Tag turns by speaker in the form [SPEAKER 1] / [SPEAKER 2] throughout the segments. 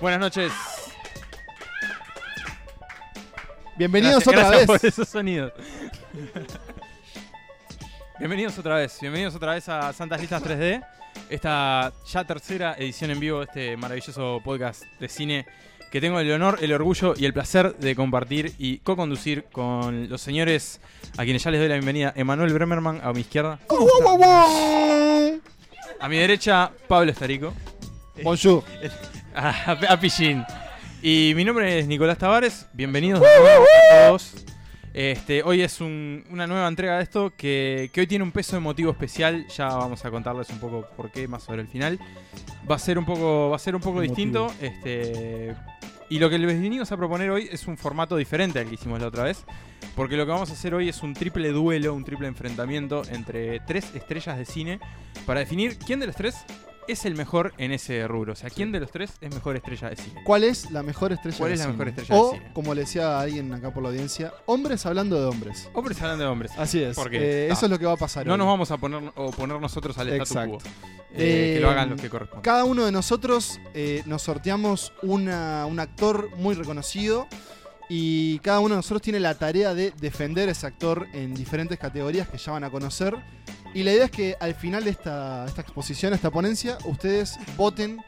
[SPEAKER 1] Buenas noches.
[SPEAKER 2] Bienvenidos
[SPEAKER 1] Gracias-
[SPEAKER 2] otra
[SPEAKER 1] gracias
[SPEAKER 2] vez.
[SPEAKER 1] por esos sonidos. bienvenidos otra vez. Bienvenidos otra vez a Santas Listas 3D. Esta ya tercera edición en vivo de este maravilloso podcast de cine que tengo el honor, el orgullo y el placer de compartir y co-conducir con los señores a quienes ya les doy la bienvenida. Emanuel Bremerman a mi izquierda.
[SPEAKER 2] Guau, guau.
[SPEAKER 1] A mi derecha, Pablo Estarico. Eh,
[SPEAKER 2] Bonjour.
[SPEAKER 1] a, a Pillín. Y mi nombre es Nicolás Tavares, bienvenidos de nuevo a todos. Este, hoy es un- una nueva entrega de esto que, que hoy tiene un peso emotivo especial. Ya vamos a contarles un poco por qué más sobre el final. Va a ser un poco, va a ser un poco
[SPEAKER 2] Emotivo.
[SPEAKER 1] distinto. Este, y lo que les venimos a proponer hoy es un formato diferente al que hicimos la otra vez. Porque lo que vamos a hacer hoy es un triple duelo, un triple enfrentamiento entre tres estrellas de cine para definir quién de las tres es el mejor en ese rubro. O sea, quién de los tres es mejor estrella de cine.
[SPEAKER 2] ¿Cuál es la mejor estrella
[SPEAKER 1] ¿Cuál
[SPEAKER 2] de
[SPEAKER 1] es la
[SPEAKER 2] cine?
[SPEAKER 1] mejor estrella de
[SPEAKER 2] O,
[SPEAKER 1] cine?
[SPEAKER 2] como le decía alguien acá por la audiencia, hombres hablando de hombres.
[SPEAKER 1] Hombres hablando de hombres.
[SPEAKER 2] Así es.
[SPEAKER 1] ¿Por
[SPEAKER 2] Eh,
[SPEAKER 1] qué? Ah.
[SPEAKER 2] eso es lo que va a pasar.
[SPEAKER 1] No
[SPEAKER 2] hoy.
[SPEAKER 1] nos vamos a poner o poner nosotros al statu
[SPEAKER 2] Exacto.
[SPEAKER 1] quo. Eh, que lo hagan
[SPEAKER 2] Eh,
[SPEAKER 1] los que corresponden.
[SPEAKER 2] Cada uno de nosotros eh, nos sorteamos una- un actor muy reconocido y cada uno de nosotros tiene la tarea de defender ese actor en diferentes categorías que ya van a conocer. Y la idea es que al final de esta, esta exposición, esta ponencia, ustedes voten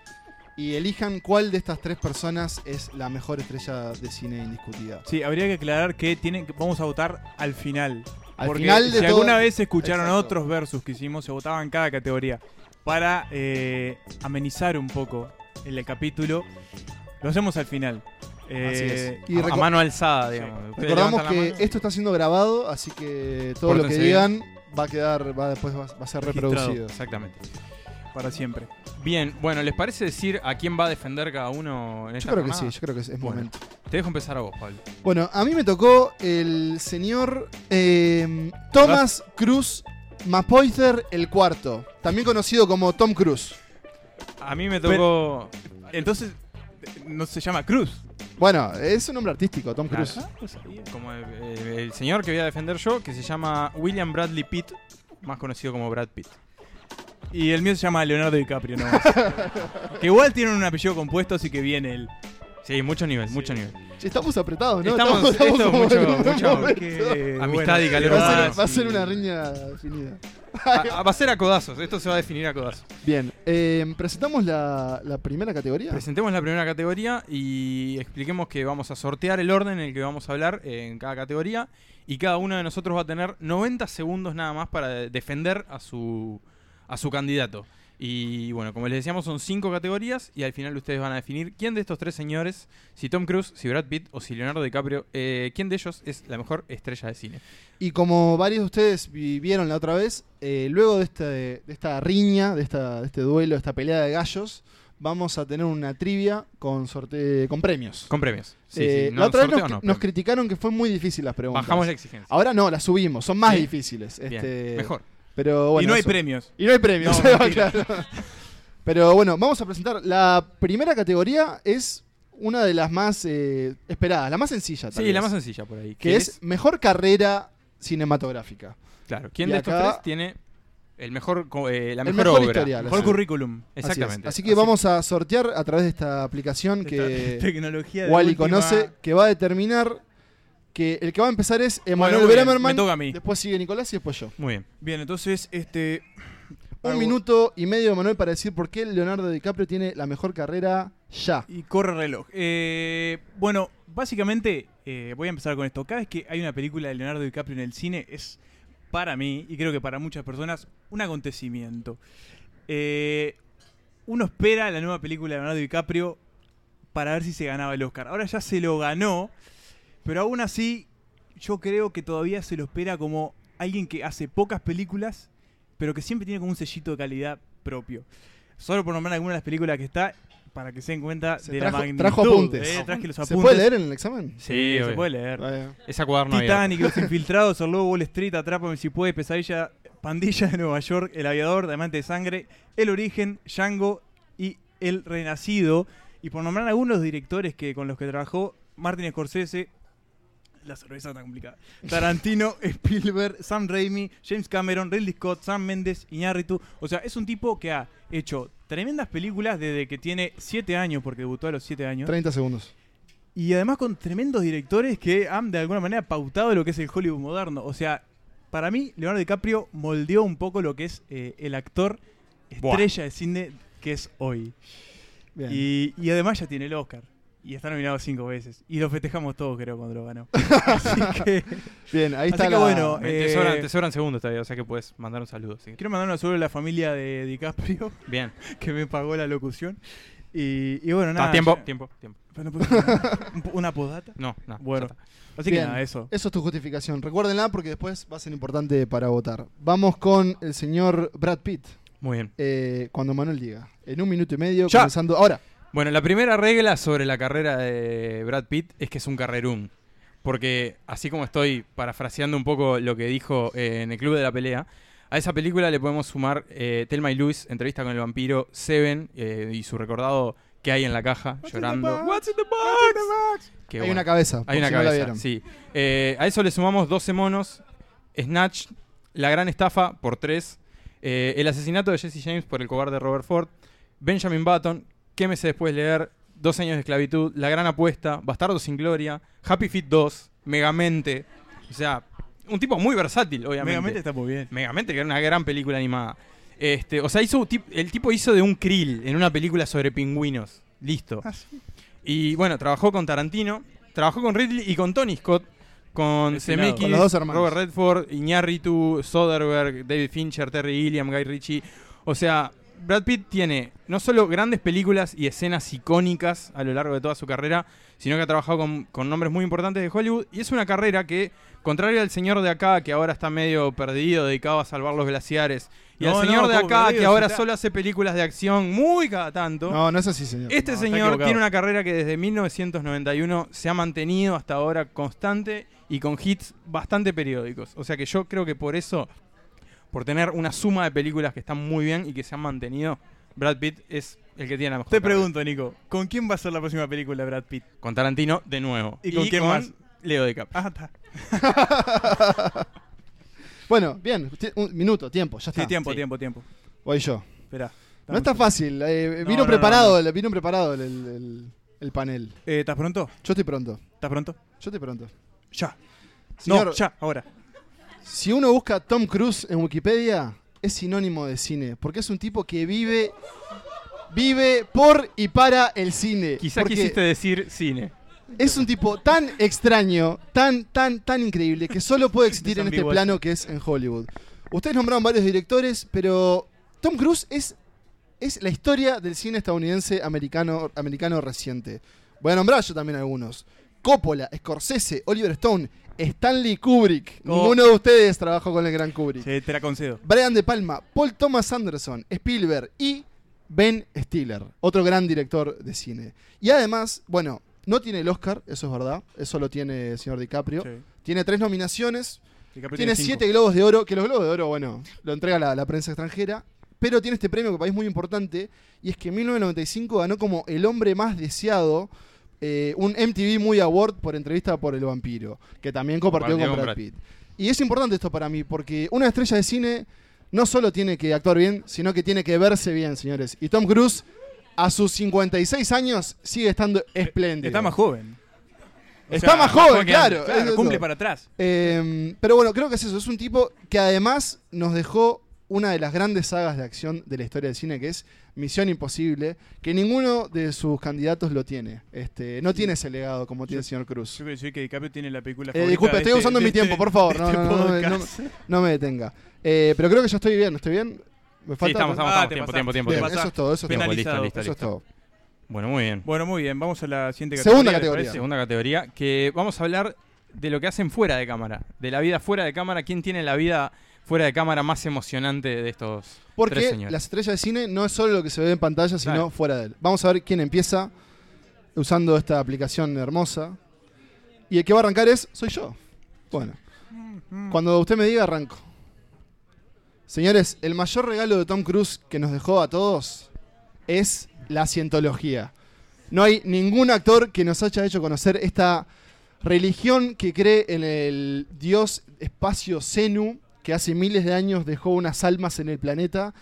[SPEAKER 2] y elijan cuál de estas tres personas es la mejor estrella de cine indiscutida.
[SPEAKER 3] Sí, habría que aclarar que tienen que- vamos a votar al final.
[SPEAKER 2] Al
[SPEAKER 3] porque
[SPEAKER 2] final de
[SPEAKER 3] si
[SPEAKER 2] todo-
[SPEAKER 3] alguna vez escucharon
[SPEAKER 2] Exacto.
[SPEAKER 3] otros versus que hicimos, se votaba en cada categoría. Para eh, amenizar un poco el capítulo, lo hacemos al final. Eh,
[SPEAKER 2] Así es. Y
[SPEAKER 1] a, a
[SPEAKER 2] reco-
[SPEAKER 1] mano alzada, digamos. Ustedes
[SPEAKER 2] Recordamos
[SPEAKER 1] levantan la
[SPEAKER 2] que
[SPEAKER 1] mano.
[SPEAKER 2] esto está siendo grabado, así que todo lo que
[SPEAKER 1] Pórtense
[SPEAKER 2] digan va a quedar, va, después va, va a ser
[SPEAKER 3] Registrado.
[SPEAKER 2] reproducido.
[SPEAKER 1] Exactamente.
[SPEAKER 3] para siempre.
[SPEAKER 1] Bien, bueno, ¿les parece decir a quién va a defender cada uno en esta
[SPEAKER 2] Yo creo que sí,
[SPEAKER 1] jornada?
[SPEAKER 2] yo creo que es, es
[SPEAKER 1] Bueno.
[SPEAKER 2] momento.
[SPEAKER 1] Te dejo empezar a vos, Pablo.
[SPEAKER 2] Bueno, a mí me tocó el señor eh, Thomas Cruz Mapoiter el cuarto, también conocido como Tom Cruise.
[SPEAKER 1] A mí me tocó.
[SPEAKER 3] Entonces, eh, no se llama Cruz.
[SPEAKER 2] Bueno, es un nombre artístico, Tom Cruise.
[SPEAKER 1] Claro, como el, el- el señor que voy a defender yo, que se llama William Bradley Pitt, más conocido como Brad Pitt.
[SPEAKER 3] Y el mío se llama Leonardo DiCaprio, no más. que igual tiene un apellido compuesto, así que viene él.
[SPEAKER 1] Sí, mucho nivel, mucho nivel.
[SPEAKER 2] Che, Estamos apretados, ¿no?
[SPEAKER 1] Estamos- esto es
[SPEAKER 2] como
[SPEAKER 1] mucho- Ah,
[SPEAKER 2] en un
[SPEAKER 1] mucho-
[SPEAKER 2] momento.
[SPEAKER 1] Amistad y calor
[SPEAKER 2] Va a,
[SPEAKER 1] humano.
[SPEAKER 2] ser, va a ser una riña definida.
[SPEAKER 1] A- a- Ah, va a ser a codazos, esto se va a definir a codazos.
[SPEAKER 2] Bien, eh, presentamos la, la primera categoría.
[SPEAKER 1] Presentemos la primera categoría y expliquemos que vamos a sortear el orden en el que vamos a hablar eh, en cada categoría y cada uno de nosotros va a tener 90 segundos nada más para de- defender a su, a su candidato. Y bueno, como les decíamos, son cinco categorías y al final ustedes van a definir quién de estos tres señores, si Tom Cruise, si Brad Pitt o si Leonardo DiCaprio, eh, quién de ellos es la mejor estrella de cine.
[SPEAKER 2] Y como varios de ustedes vi- vieron la otra vez, eh, luego de, este- de esta riña, de, esta, de este duelo, de esta pelea de gallos, vamos a tener una trivia con, sorte con premios.
[SPEAKER 1] Con premios. Sí, sí,
[SPEAKER 2] Eh,
[SPEAKER 1] no,
[SPEAKER 2] la otra vez nos,
[SPEAKER 1] sorteo
[SPEAKER 2] cri-
[SPEAKER 1] no,
[SPEAKER 2] nos
[SPEAKER 1] premios.
[SPEAKER 2] criticaron que fue muy difícil las preguntas.
[SPEAKER 1] Bajamos la exigencia.
[SPEAKER 2] Ahora no, las subimos, son más
[SPEAKER 1] Sí.
[SPEAKER 2] difíciles.
[SPEAKER 1] Bien,
[SPEAKER 2] este,
[SPEAKER 1] mejor.
[SPEAKER 2] Pero bueno,
[SPEAKER 3] y no hay
[SPEAKER 2] eso.
[SPEAKER 3] premios.
[SPEAKER 2] Y no hay premios,
[SPEAKER 3] No,
[SPEAKER 2] claro. Pero bueno, vamos a presentar. La primera categoría es una de las más eh, esperadas, la más sencilla. tal
[SPEAKER 1] Sí,
[SPEAKER 2] vez,
[SPEAKER 1] la más sencilla por ahí.
[SPEAKER 2] Que
[SPEAKER 1] ¿Quién
[SPEAKER 2] es mejor carrera cinematográfica.
[SPEAKER 1] Claro, ¿quién
[SPEAKER 2] Y
[SPEAKER 1] de estos
[SPEAKER 2] acá-
[SPEAKER 1] tres tiene el mejor, co- eh, la
[SPEAKER 2] El
[SPEAKER 1] mejor,
[SPEAKER 2] mejor
[SPEAKER 1] obra?
[SPEAKER 2] historial,
[SPEAKER 3] Mejor
[SPEAKER 2] sí.
[SPEAKER 3] currículum.
[SPEAKER 2] Así es.
[SPEAKER 1] Exactamente.
[SPEAKER 2] Así, que vamos a sortear a través de esta aplicación que
[SPEAKER 3] Tecnología de
[SPEAKER 2] Wally
[SPEAKER 3] última-
[SPEAKER 2] conoce, que va a determinar que el que va a empezar es Emanuel
[SPEAKER 3] muy bien,
[SPEAKER 2] Bremerman,
[SPEAKER 3] me toca a mí.
[SPEAKER 2] después sigue Nicolás y después yo.
[SPEAKER 1] Muy bien.
[SPEAKER 3] Bien, entonces, este.
[SPEAKER 2] Un
[SPEAKER 3] hago-
[SPEAKER 2] minuto y medio, Emanuel, para decir por qué Leonardo DiCaprio tiene la mejor carrera ya.
[SPEAKER 3] Y corre reloj. Eh, bueno, básicamente, eh, voy a empezar con esto. Cada vez que hay una película de Leonardo DiCaprio en el cine, es para mí, y creo que para muchas personas, un acontecimiento. Eh, uno espera la nueva película de Leonardo DiCaprio para ver si se ganaba el Oscar. Ahora ya se lo ganó, pero aún así, yo creo que todavía se lo espera como alguien que hace pocas películas, pero que siempre tiene como un sellito de calidad propio. Solo por nombrar algunas de las películas que está, para que se den cuenta
[SPEAKER 2] Se
[SPEAKER 3] de
[SPEAKER 2] trajo-
[SPEAKER 3] la magnitud.
[SPEAKER 2] trajo apuntes.
[SPEAKER 3] eh, traje los
[SPEAKER 2] ¿Se
[SPEAKER 3] apuntes.
[SPEAKER 2] puede leer en el examen?
[SPEAKER 3] Sí, se
[SPEAKER 1] obvio.
[SPEAKER 3] puede leer.
[SPEAKER 2] Vaya.
[SPEAKER 1] Esa cuaderno
[SPEAKER 3] Titanic, Los Infiltrados, El Lobo Wall Street, Atrápame si puede, Pesadilla, Pandilla de Nueva York, El Aviador, Diamante de Sangre, El Origen, Django y El Renacido. Y por nombrar algunos directores que, con los que trabajó, Martin Scorsese, la cerveza tan complicada. Tarantino, Spielberg, Sam Raimi, James Cameron, Ridley Scott, Sam Mendes, Iñárritu. O sea, es un tipo que ha hecho tremendas películas desde que tiene 7 años, porque debutó a los 7 años.
[SPEAKER 2] 30 segundos.
[SPEAKER 3] Y además con tremendos directores que han de alguna manera pautado lo que es el Hollywood moderno. O sea, para mí, Leonardo DiCaprio moldeó un poco lo que es eh, el actor
[SPEAKER 1] Buah.
[SPEAKER 3] estrella de cine que es hoy.
[SPEAKER 2] Bien.
[SPEAKER 3] Y, y además ya tiene el Oscar. Y está nominado cinco veces. Y lo festejamos todos, creo, cuando lo ganó. Así que
[SPEAKER 2] Bien, ahí
[SPEAKER 3] Así
[SPEAKER 2] está
[SPEAKER 3] que
[SPEAKER 2] la-
[SPEAKER 3] bueno.
[SPEAKER 1] Me-
[SPEAKER 3] Eh,
[SPEAKER 1] Te, sobran, te sobran segundos todavía, o sea que puedes mandar un saludo. así que-
[SPEAKER 3] quiero mandar un saludo a la familia de DiCaprio,
[SPEAKER 1] Bien.
[SPEAKER 3] que me pagó la locución. Y, y bueno, nada.
[SPEAKER 1] Ah, tiempo,
[SPEAKER 3] ya-
[SPEAKER 1] tiempo, tiempo.
[SPEAKER 3] Pero no puedo decir un po- ¿Una podata?
[SPEAKER 1] No, no.
[SPEAKER 3] Bueno.
[SPEAKER 1] ya está.
[SPEAKER 3] Así que
[SPEAKER 2] Bien.
[SPEAKER 3] nada, eso.
[SPEAKER 2] Eso es tu justificación. Recuérdenla porque después va a ser importante para votar. Vamos con el señor Brad Pitt.
[SPEAKER 1] Muy bien.
[SPEAKER 2] eh, cuando Manuel diga. En un minuto y medio,
[SPEAKER 1] Ya.
[SPEAKER 2] comenzando ahora.
[SPEAKER 1] Bueno, la primera regla sobre la carrera de Brad Pitt es que es un carrerón. Porque, así como estoy parafraseando un poco lo que dijo eh, en el Club de la Pelea, a esa película le podemos sumar eh, Telma y Luis, entrevista con el vampiro, Seven eh, y su recordado que hay en la caja, llorando. What's in the box? Que
[SPEAKER 2] Hay
[SPEAKER 1] bueno.
[SPEAKER 2] una cabeza. por
[SPEAKER 1] Hay una
[SPEAKER 2] si no la
[SPEAKER 1] cabeza,
[SPEAKER 2] vieron.
[SPEAKER 1] sí. Eh, a eso le sumamos 12 monos, Snatch, La Gran Estafa por 3, El asesinato de Jesse James por el cobarde Robert Ford, Benjamin Button, Quémese después de leer, Dos años de esclavitud, La Gran Apuesta, Bastardo sin Gloria, Happy Feet 2, Megamente. O sea, un tipo muy versátil, obviamente.
[SPEAKER 3] Megamente está muy bien.
[SPEAKER 1] Megamente, que era una gran película animada. Este, o sea, hizo, tip- el tipo hizo de un krill en una película sobre pingüinos. Listo.
[SPEAKER 3] Ah, sí.
[SPEAKER 1] Y bueno, trabajó con Tarantino, trabajó con Ridley y con Tony Scott, con
[SPEAKER 3] Fascinado.
[SPEAKER 1] Zemeckis,
[SPEAKER 2] Con los dos hermanos.
[SPEAKER 1] Robert Redford, Iñárritu, Soderbergh, David Fincher, Terry Gilliam, Guy Ritchie. O sea, Brad Pitt tiene no solo grandes películas y escenas icónicas a lo largo de toda su carrera, sino que ha trabajado con, con nombres muy importantes de Hollywood y es una carrera que, contrario al señor de acá, que ahora está medio perdido, dedicado a salvar los glaciares, y
[SPEAKER 3] No,
[SPEAKER 1] al señor
[SPEAKER 3] no,
[SPEAKER 1] de
[SPEAKER 3] ¿cómo
[SPEAKER 1] acá,
[SPEAKER 3] perdido?
[SPEAKER 1] que ahora
[SPEAKER 3] Está-
[SPEAKER 1] solo hace películas de acción muy cada tanto,
[SPEAKER 2] No, no es así, señor.
[SPEAKER 1] este
[SPEAKER 3] No, está
[SPEAKER 1] señor
[SPEAKER 3] equivocado.
[SPEAKER 1] tiene una carrera que desde 1991 se ha mantenido hasta ahora constante y con hits bastante periódicos. O sea que yo creo que por eso, por tener una suma de películas que están muy bien y que se han mantenido, Brad Pitt es el que tiene la mejor.
[SPEAKER 3] Te
[SPEAKER 1] carrera.
[SPEAKER 3] pregunto, Nico, ¿con quién va a ser la próxima película de Brad Pitt?
[SPEAKER 1] Con Tarantino de nuevo.
[SPEAKER 3] ¿Y con quién más?
[SPEAKER 1] Leo DiCaprio.
[SPEAKER 3] Ah, está.
[SPEAKER 2] Bueno, bien. ti- Un minuto, tiempo, ya está.
[SPEAKER 3] Sí, tiempo,
[SPEAKER 1] sí.
[SPEAKER 3] tiempo, tiempo.
[SPEAKER 2] Voy yo.
[SPEAKER 3] Esperá.
[SPEAKER 2] No está fácil. eh,
[SPEAKER 3] No,
[SPEAKER 2] vino,
[SPEAKER 3] no,
[SPEAKER 2] preparado,
[SPEAKER 3] no,
[SPEAKER 2] el- vino preparado el, el- el- el panel.
[SPEAKER 3] Eh, ¿Estás pronto?
[SPEAKER 2] Yo estoy pronto.
[SPEAKER 3] ¿Estás pronto?
[SPEAKER 2] Yo estoy pronto.
[SPEAKER 3] Ya.
[SPEAKER 2] Señor,
[SPEAKER 3] no, ya, ahora.
[SPEAKER 2] si uno busca Tom Cruise en Wikipedia, es sinónimo de cine. Porque es un tipo que vive. Vive por y para el cine.
[SPEAKER 1] Quizás
[SPEAKER 2] Porque-
[SPEAKER 1] quisiste decir cine.
[SPEAKER 2] Es un tipo tan extraño, tan, tan, tan increíble, que solo puede existir
[SPEAKER 3] Es
[SPEAKER 2] en este
[SPEAKER 3] ambiguo
[SPEAKER 2] plano que es en Hollywood. Ustedes nombraron varios directores, pero Tom Cruise es, es la historia del cine estadounidense americano, americano reciente. Voy a nombrar yo también algunos. Coppola, Scorsese, Oliver Stone, Stanley Kubrick.
[SPEAKER 3] Oh.
[SPEAKER 2] Ninguno de ustedes trabajó con el gran Kubrick.
[SPEAKER 3] Sí, te la concedo.
[SPEAKER 2] Brian De Palma, Paul Thomas Anderson, Spielberg y Ben Stiller, otro gran director de cine. Y además, bueno, no tiene el Oscar, eso es verdad, eso lo tiene el señor DiCaprio.
[SPEAKER 3] Sí.
[SPEAKER 2] Tiene tres nominaciones,
[SPEAKER 3] DiCaprio
[SPEAKER 2] tiene
[SPEAKER 3] cinco.
[SPEAKER 2] siete globos de oro, que los globos de oro, bueno, lo entrega la, la prensa extranjera, pero tiene este premio que para mí es muy importante, y es que en 1995 ganó como el hombre más deseado eh, un MTV Muy Award por entrevista por el vampiro, que también compartió
[SPEAKER 1] Compartió
[SPEAKER 2] con
[SPEAKER 1] con
[SPEAKER 2] Brad
[SPEAKER 1] Brad.
[SPEAKER 2] Pitt. Y es importante esto para mí, porque una estrella de cine no solo tiene que actuar bien, sino que tiene que verse bien, señores. Y Tom Cruise, a sus 56 años, sigue estando espléndido.
[SPEAKER 3] Eh, Está más joven. O
[SPEAKER 2] Está más joven,
[SPEAKER 3] que
[SPEAKER 2] claro,
[SPEAKER 3] antes.
[SPEAKER 2] eso es
[SPEAKER 3] cumple
[SPEAKER 2] todo.
[SPEAKER 3] para atrás.
[SPEAKER 2] Eh, pero bueno, creo que es eso. Es un tipo que además nos dejó una de las grandes sagas de acción de la historia del cine, que es Misión Imposible, que ninguno de sus candidatos lo tiene. Este, no tiene ese legado como tiene el señor Cruz.
[SPEAKER 3] Yo creo que sí, que DiCaprio tiene la película
[SPEAKER 2] Eh,
[SPEAKER 3] favorita
[SPEAKER 2] disculpe,
[SPEAKER 3] de
[SPEAKER 2] estoy
[SPEAKER 3] este-
[SPEAKER 2] usando
[SPEAKER 3] de
[SPEAKER 2] mi
[SPEAKER 3] este-
[SPEAKER 2] tiempo, por favor.
[SPEAKER 3] de
[SPEAKER 2] No,
[SPEAKER 3] este
[SPEAKER 2] no, no, no,
[SPEAKER 3] podcast.
[SPEAKER 2] No me detenga. Eh, pero creo que ya estoy bien, ¿estoy bien? ¿Me falta?
[SPEAKER 1] Sí, estamos, estamos,
[SPEAKER 3] Ah,
[SPEAKER 1] estamos.
[SPEAKER 3] te
[SPEAKER 1] tiempo,
[SPEAKER 3] pasaste.
[SPEAKER 1] tiempo, tiempo,
[SPEAKER 2] Bien,
[SPEAKER 1] tiempo.
[SPEAKER 3] pasás.
[SPEAKER 2] eso es todo, eso es todo.
[SPEAKER 1] Penalizado. Listo, listo,
[SPEAKER 2] Eso es
[SPEAKER 1] listo.
[SPEAKER 2] todo.
[SPEAKER 1] Bueno, muy bien.
[SPEAKER 3] Bueno, muy bien, vamos a la siguiente categoría.
[SPEAKER 2] Segunda
[SPEAKER 3] ¿les
[SPEAKER 2] categoría.
[SPEAKER 3] parece?
[SPEAKER 1] Segunda categoría, que vamos a hablar de lo que hacen fuera de cámara, de la vida fuera de cámara, quién tiene la vida fuera de cámara más emocionante de estos tres
[SPEAKER 2] Porque
[SPEAKER 1] señores.
[SPEAKER 2] las estrellas de cine no es solo lo que se ve en pantalla, sino
[SPEAKER 1] Claro.
[SPEAKER 2] fuera de él. Vamos a ver quién empieza usando esta aplicación hermosa. Y el que va a arrancar es, soy yo. Bueno,
[SPEAKER 3] Mm,
[SPEAKER 2] cuando usted me diga, arranco. Señores, el mayor regalo de Tom Cruise que nos dejó a todos es la cientología. No hay ningún actor que nos haya hecho conocer esta Religión que cree en el dios espacio Zenu, que hace miles de años dejó unas almas en el planeta.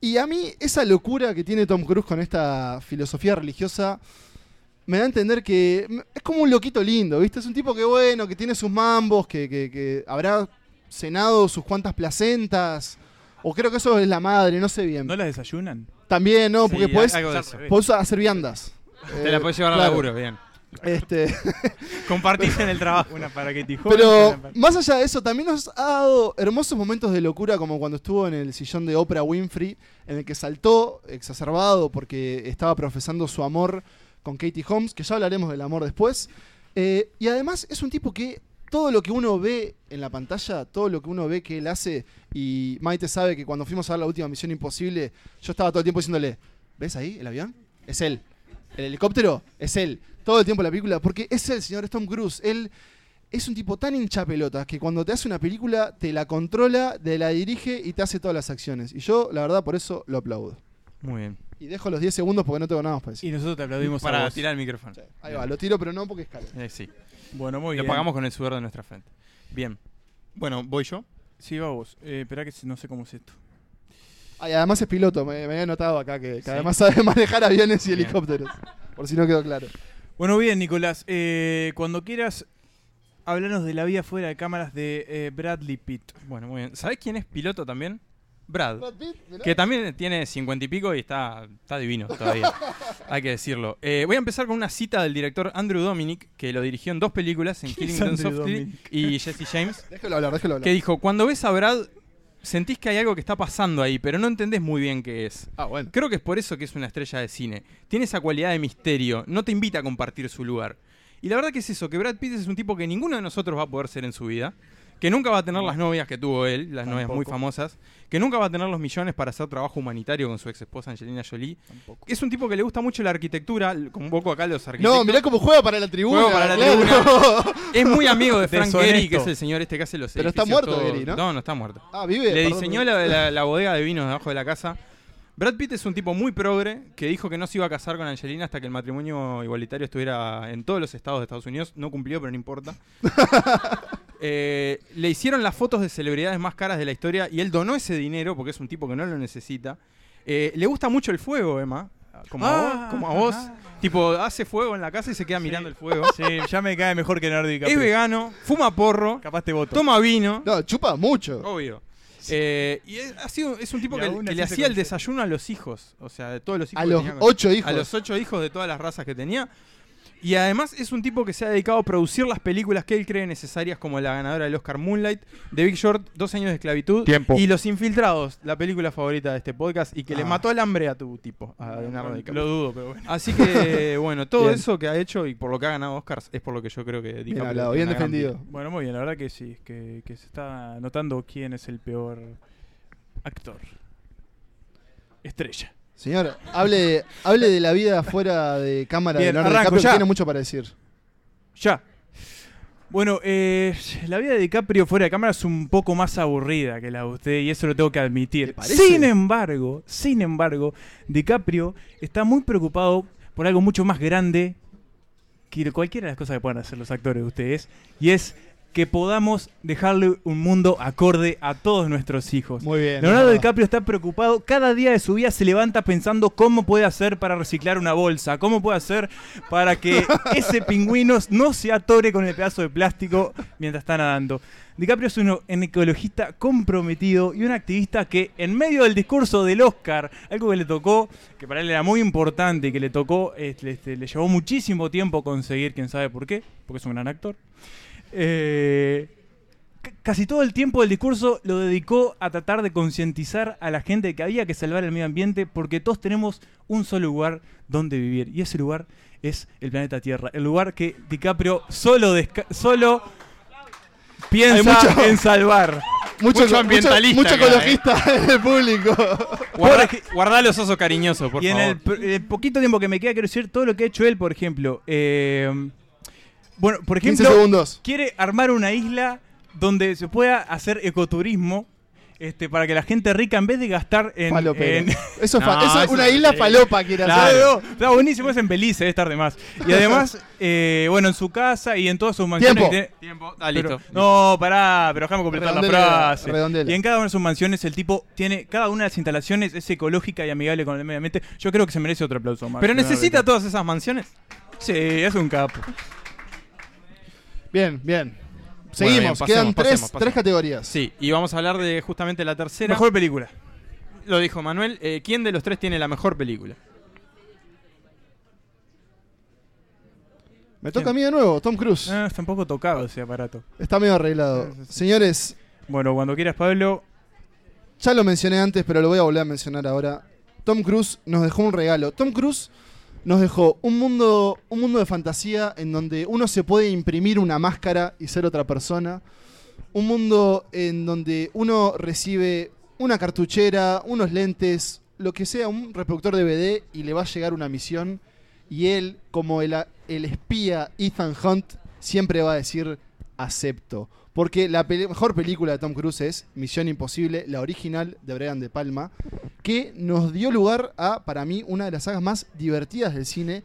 [SPEAKER 2] Y a mí esa locura que tiene Tom Cruise con esta filosofía religiosa me da a entender que mm, es como un loquito lindo, ¿viste? Es un tipo que bueno, que tiene sus mambos, que, que- que habrá cenado sus cuantas placentas. O creo que eso es la madre, no sé bien.
[SPEAKER 3] ¿No las desayunan?
[SPEAKER 2] También, ¿no? Porque
[SPEAKER 1] Sí,
[SPEAKER 2] puedes
[SPEAKER 1] algo de
[SPEAKER 3] Es
[SPEAKER 1] eso.
[SPEAKER 3] al revés.
[SPEAKER 2] hacer viandas.
[SPEAKER 1] Te
[SPEAKER 2] Eh,
[SPEAKER 1] la podés llevar al
[SPEAKER 2] claro.
[SPEAKER 1] laburo, bien.
[SPEAKER 2] Este.
[SPEAKER 1] Compartís en el trabajo.
[SPEAKER 3] Una para Katie Holmes,
[SPEAKER 2] Pero
[SPEAKER 3] una para-
[SPEAKER 2] más allá de eso, también nos ha dado hermosos momentos de locura, como cuando estuvo en el sillón de Oprah Winfrey, en el que saltó exacerbado porque estaba profesando su amor con Katie Holmes, que ya hablaremos del amor después. Eh, y además es un tipo que todo lo que uno ve en la pantalla, todo lo que uno ve que él hace, y Maite sabe que cuando fuimos a ver la última misión imposible, yo estaba todo el tiempo diciéndole, ¿ves ahí el avión? Es él. El helicóptero es él. Todo el tiempo en la película, porque es el señor Tom Cruise. Él es un tipo tan hincha pelotas que cuando te hace una película te la controla, te la dirige y te hace todas las acciones. Y yo, la verdad, por eso lo aplaudo.
[SPEAKER 1] Muy bien.
[SPEAKER 2] Y dejo los 10 segundos porque no tengo nada más para decir.
[SPEAKER 3] Y nosotros te aplaudimos a
[SPEAKER 1] Para
[SPEAKER 3] vos.
[SPEAKER 1] tirar el micrófono.
[SPEAKER 2] Sí, Ahí va, lo tiro, pero no porque es caro.
[SPEAKER 1] Eh, sí.
[SPEAKER 3] Bueno, muy
[SPEAKER 1] Lo
[SPEAKER 3] bien.
[SPEAKER 1] pagamos con el sudor de nuestra frente. Bien. Bueno, voy yo.
[SPEAKER 3] Sí, va vos. Eh, esperá que se- no sé cómo es esto.
[SPEAKER 2] Ay, además es piloto, me, me había notado acá que, que
[SPEAKER 1] Sí.
[SPEAKER 2] además sabe manejar aviones y
[SPEAKER 1] Bien.
[SPEAKER 2] helicópteros. Por si no quedó claro.
[SPEAKER 3] Bueno, bien, Nicolás. Eh, cuando quieras, hablarnos de la vida fuera de cámaras de eh, Bradley Pitt.
[SPEAKER 1] Bueno, muy bien. ¿Sabés quién es piloto también? Brad.
[SPEAKER 2] Brad Pitt, mirá.
[SPEAKER 1] Que también tiene cincuenta y pico y está, está divino todavía. Hay que decirlo. Eh, voy a empezar con una cita del director Andrew Dominic, que lo dirigió en dos películas, en
[SPEAKER 3] ¿Quién es
[SPEAKER 1] Killing Them
[SPEAKER 3] Andrew
[SPEAKER 1] Softly
[SPEAKER 3] Dominic?
[SPEAKER 1] y Jesse James,
[SPEAKER 2] Déjalo hablar, déjalo hablar.
[SPEAKER 1] que dijo, cuando ves a Brad, sentís que hay algo que está pasando ahí, pero no entendés muy bien qué es.
[SPEAKER 2] Ah, bueno.
[SPEAKER 1] Creo que es por eso que es una estrella de cine. Tiene esa cualidad de misterio, no te invita a compartir su lugar. Y la verdad que es eso, que Brad Pitt es un tipo que ninguno de nosotros va a poder ser en su vida, que nunca va a tener las novias que tuvo él, las novias muy
[SPEAKER 3] Tampoco.
[SPEAKER 1] famosas, que nunca va a tener los millones para hacer trabajo humanitario con su ex esposa Angelina Jolie.
[SPEAKER 3] Tampoco.
[SPEAKER 1] Es un tipo que le gusta mucho la arquitectura, l- convoco acá a los arquitectos.
[SPEAKER 2] No, mirá cómo juega para la tribuna.
[SPEAKER 1] Juega para la
[SPEAKER 2] tribuna.
[SPEAKER 1] Es muy amigo de Frank
[SPEAKER 3] Deshonesto.
[SPEAKER 1] Gehry, que es el señor este que hace los
[SPEAKER 2] Pero está
[SPEAKER 1] edificios,
[SPEAKER 2] muerto
[SPEAKER 1] todo-
[SPEAKER 2] Gehry, ¿no?
[SPEAKER 1] No, no está muerto.
[SPEAKER 2] ah, vive.
[SPEAKER 1] Le
[SPEAKER 2] perdón.
[SPEAKER 1] diseñó la, la- la bodega de vinos debajo de la casa. Brad Pitt es un tipo muy progre que dijo que no se iba a casar con Angelina hasta que el matrimonio igualitario estuviera en todos los estados de Estados Unidos. No cumplió, pero no importa. Eh, le hicieron las fotos de celebridades más caras de la historia y él donó ese dinero porque es un tipo que no lo necesita. Eh, le gusta mucho el fuego, Emma. Como a vos.
[SPEAKER 3] Ah,
[SPEAKER 1] Como a vos.
[SPEAKER 3] ajá.
[SPEAKER 1] Tipo, hace fuego en la casa y se queda mirando el fuego.
[SPEAKER 3] Sí, ya me cae mejor que Leonardo
[SPEAKER 1] Es
[SPEAKER 3] DiCaprio.
[SPEAKER 1] vegano, fuma porro,
[SPEAKER 3] Capaz te voto.
[SPEAKER 1] toma vino.
[SPEAKER 2] No, chupa mucho.
[SPEAKER 1] Obvio. Eh, y es, ha sido, es un tipo
[SPEAKER 3] Y
[SPEAKER 1] que,
[SPEAKER 3] aún
[SPEAKER 1] que
[SPEAKER 3] así
[SPEAKER 1] le
[SPEAKER 3] se
[SPEAKER 1] hacía el
[SPEAKER 3] conserva.
[SPEAKER 1] desayuno a los hijos. O sea, de todos los hijos.
[SPEAKER 2] A
[SPEAKER 1] que
[SPEAKER 2] los
[SPEAKER 1] tenía con-
[SPEAKER 2] ocho hijos.
[SPEAKER 1] A los ocho hijos de todas las razas que tenía. Y además es un tipo que se ha dedicado a producir las películas que él cree necesarias, como la ganadora del Oscar Moonlight, The Big Short, Dos años de esclavitud
[SPEAKER 2] Tiempo.
[SPEAKER 1] y Los Infiltrados, la película favorita de este podcast y que le
[SPEAKER 2] Ah.
[SPEAKER 1] mató el hambre a tu tipo,
[SPEAKER 3] Ah,
[SPEAKER 1] a Leonardo DiCaprio.
[SPEAKER 3] Lo dudo, pero bueno.
[SPEAKER 1] Así que, bueno, todo
[SPEAKER 2] Bien.
[SPEAKER 1] eso que ha hecho y por lo que ha ganado Oscars es por lo que yo creo que
[SPEAKER 2] Bien
[SPEAKER 1] DiCaprio
[SPEAKER 2] hablado,
[SPEAKER 1] tiene
[SPEAKER 2] bien
[SPEAKER 1] una gran vida.
[SPEAKER 2] defendido.
[SPEAKER 3] Bueno, muy bien. La verdad que sí, es que, que se está notando quién es el peor actor. Estrella.
[SPEAKER 2] Señor, hable, hable de la vida fuera de cámara
[SPEAKER 3] Bien,
[SPEAKER 2] de Leonardo
[SPEAKER 3] arranco,
[SPEAKER 2] DiCaprio, que
[SPEAKER 3] ya.
[SPEAKER 2] tiene mucho para decir.
[SPEAKER 3] Ya. Bueno, eh, la vida de DiCaprio fuera de cámara es un poco más aburrida que la de usted y eso lo tengo que
[SPEAKER 2] ¿Te
[SPEAKER 3] admitir.
[SPEAKER 2] parece?
[SPEAKER 3] Sin embargo, sin embargo, DiCaprio está muy preocupado por algo mucho más grande que cualquiera de las cosas que puedan hacer los actores de ustedes y es que podamos dejarle un mundo acorde a todos nuestros hijos.
[SPEAKER 2] Muy bien.
[SPEAKER 3] Leonardo
[SPEAKER 2] es verdad.
[SPEAKER 3] DiCaprio está preocupado. Cada día de su vida se levanta pensando cómo puede hacer para reciclar una bolsa, cómo puede hacer para que ese pingüino no se atore con el pedazo de plástico mientras está nadando. DiCaprio es uno- un ecologista comprometido y un activista que en medio del discurso del Oscar, algo que le tocó, que para él era muy importante y que le tocó, este, este, le llevó muchísimo tiempo conseguir, quién sabe por qué, porque es un gran actor. Eh, C- casi todo el tiempo del discurso lo dedicó a tratar de concientizar a la gente de que había que salvar el medio ambiente porque todos tenemos un solo lugar donde vivir y ese lugar es el planeta Tierra, el lugar que DiCaprio solo desca- solo piensa
[SPEAKER 2] Hay mucho-
[SPEAKER 3] en salvar.
[SPEAKER 2] Mucho,
[SPEAKER 1] Mucho ambientalista
[SPEAKER 2] Mucho,
[SPEAKER 1] acá, eh.
[SPEAKER 2] ecologista en el público.
[SPEAKER 1] Guarda, guardalo, oso cariñoso, por
[SPEAKER 3] y en
[SPEAKER 1] favor.
[SPEAKER 3] el, pr- el poquito tiempo que me queda quiero decir todo lo que ha hecho él, por ejemplo. Eh, bueno, por
[SPEAKER 2] 15
[SPEAKER 3] ejemplo,
[SPEAKER 2] segundos.
[SPEAKER 3] quiere armar una isla donde se pueda hacer ecoturismo. este, para que la gente rica, en vez de gastar en.
[SPEAKER 2] Falopero.
[SPEAKER 3] en-
[SPEAKER 2] Eso es, fa-
[SPEAKER 1] No,
[SPEAKER 2] eso es
[SPEAKER 1] eso
[SPEAKER 2] una
[SPEAKER 1] es-
[SPEAKER 2] isla falopa, quiere hacer.
[SPEAKER 3] Claro, está buenísimo, es en Belice, es tarde más. Y además, eh, bueno, en su casa y en todas sus mansiones.
[SPEAKER 2] Tiempo.
[SPEAKER 3] que tiene-
[SPEAKER 1] Tiempo.
[SPEAKER 3] pero-
[SPEAKER 1] Ah, listo.
[SPEAKER 3] No, pará, pero déjame completar
[SPEAKER 2] Redondela,
[SPEAKER 3] la frase.
[SPEAKER 2] redondela.
[SPEAKER 3] Y en cada una de sus mansiones, el tipo tiene. Cada una de las instalaciones es ecológica y amigable con el medio ambiente. Yo creo que se merece otro aplauso
[SPEAKER 2] Ah,
[SPEAKER 3] más.
[SPEAKER 1] Pero necesita
[SPEAKER 3] todo.
[SPEAKER 1] todas esas mansiones.
[SPEAKER 3] Sí, es un capo.
[SPEAKER 2] Bien, bien. Seguimos,
[SPEAKER 1] Bueno, bien, pasemos,
[SPEAKER 2] quedan tres,
[SPEAKER 1] pasemos, pasemos.
[SPEAKER 2] tres categorías.
[SPEAKER 1] Sí, y vamos a hablar de justamente la tercera.
[SPEAKER 3] Mejor película.
[SPEAKER 1] Lo dijo Manuel. eh, ¿Quién de los tres tiene la mejor película?
[SPEAKER 2] Me toca a mí de nuevo, Tom Cruise.
[SPEAKER 3] Ah, tampoco tocado ese aparato.
[SPEAKER 2] Está medio arreglado. Señores,
[SPEAKER 3] Bueno, cuando quieras, Pablo.
[SPEAKER 2] ya lo mencioné antes, pero lo voy a volver a mencionar ahora. Tom Cruise nos dejó un regalo. Tom Cruise nos dejó un mundo, un mundo de fantasía en donde uno se puede imprimir una máscara y ser otra persona. Un mundo en donde uno recibe una cartuchera, unos lentes, lo que sea, un reproductor DVD y le va a llegar una misión. Y él, como el, a- el espía Ethan Hunt, siempre va a decir acepto. Porque la pele- mejor película de Tom Cruise es Misión Imposible, la original de Brian De Palma, que nos dio lugar a, para mí, una de las sagas más divertidas del cine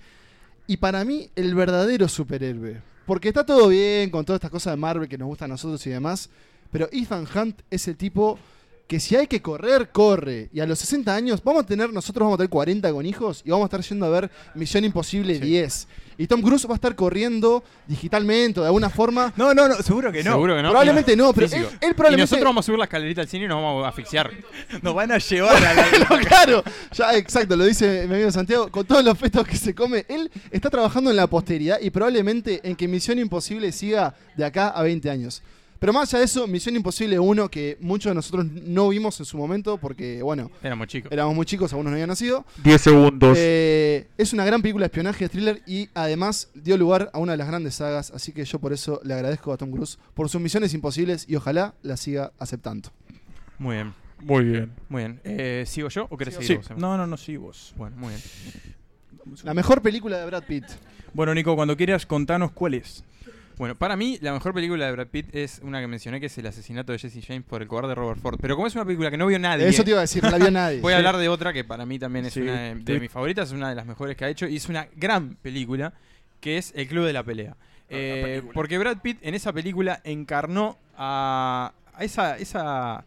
[SPEAKER 2] y para mí el verdadero superhéroe. Porque está todo bien con todas estas cosas de Marvel que nos gustan a nosotros y demás, pero Ethan Hunt es el tipo que si hay que correr, corre. Y a los 60 años vamos a tener, nosotros vamos a tener 40 con hijos y vamos a estar yendo a ver Misión Imposible 10. Y Tom Cruise va a estar corriendo digitalmente o de alguna forma.
[SPEAKER 3] No, no, no, seguro que no.
[SPEAKER 1] Seguro que no.
[SPEAKER 2] Probablemente no, pero él,
[SPEAKER 1] Físico.
[SPEAKER 2] él
[SPEAKER 1] Y
[SPEAKER 2] probablemente.
[SPEAKER 1] nosotros vamos a subir la escalerita al cine y nos vamos a asfixiar.
[SPEAKER 3] Nos van a llevar a la.
[SPEAKER 2] No, claro, ya exacto, lo dice mi amigo Santiago, con todos los fetos que se come, él está trabajando en la posteridad y probablemente en que Misión Imposible siga de acá a 20 años. Pero más allá de eso, Misión Imposible 1, que muchos de nosotros no vimos en su momento, porque bueno,
[SPEAKER 1] Éramos chicos.
[SPEAKER 2] éramos muy chicos, algunos no habían nacido,
[SPEAKER 4] 10 segundos.
[SPEAKER 2] eh, es una gran película de espionaje, thriller y además dio lugar a una de las grandes sagas, así que yo por eso le agradezco a Tom Cruise por sus misiones imposibles y ojalá la siga aceptando.
[SPEAKER 1] Muy bien.
[SPEAKER 4] Muy bien.
[SPEAKER 1] Muy bien. Eh, ¿Sigo yo o querés
[SPEAKER 3] Sí.
[SPEAKER 1] seguir vos, eh. Emma?
[SPEAKER 3] No, no, no, sí, vos.
[SPEAKER 1] Bueno, muy bien.
[SPEAKER 2] La mejor película de Brad Pitt.
[SPEAKER 3] Bueno, Nico, cuando quieras, contanos cuál es.
[SPEAKER 1] Bueno, para mí la mejor película de Brad Pitt es una que mencioné que es el asesinato de Jesse James por el cobarde Robert Ford. Pero como es una película que no vio nadie,
[SPEAKER 2] Eso te iba a decir, no la vio nadie.
[SPEAKER 1] voy a hablar de otra que para mí también es
[SPEAKER 3] Sí.
[SPEAKER 1] una de, de
[SPEAKER 3] Sí.
[SPEAKER 1] mis favoritas, es una de las mejores que ha hecho y es una gran película que es El Club de la Pelea. Eh, porque Brad Pitt en esa película encarnó a, a esa, esa, a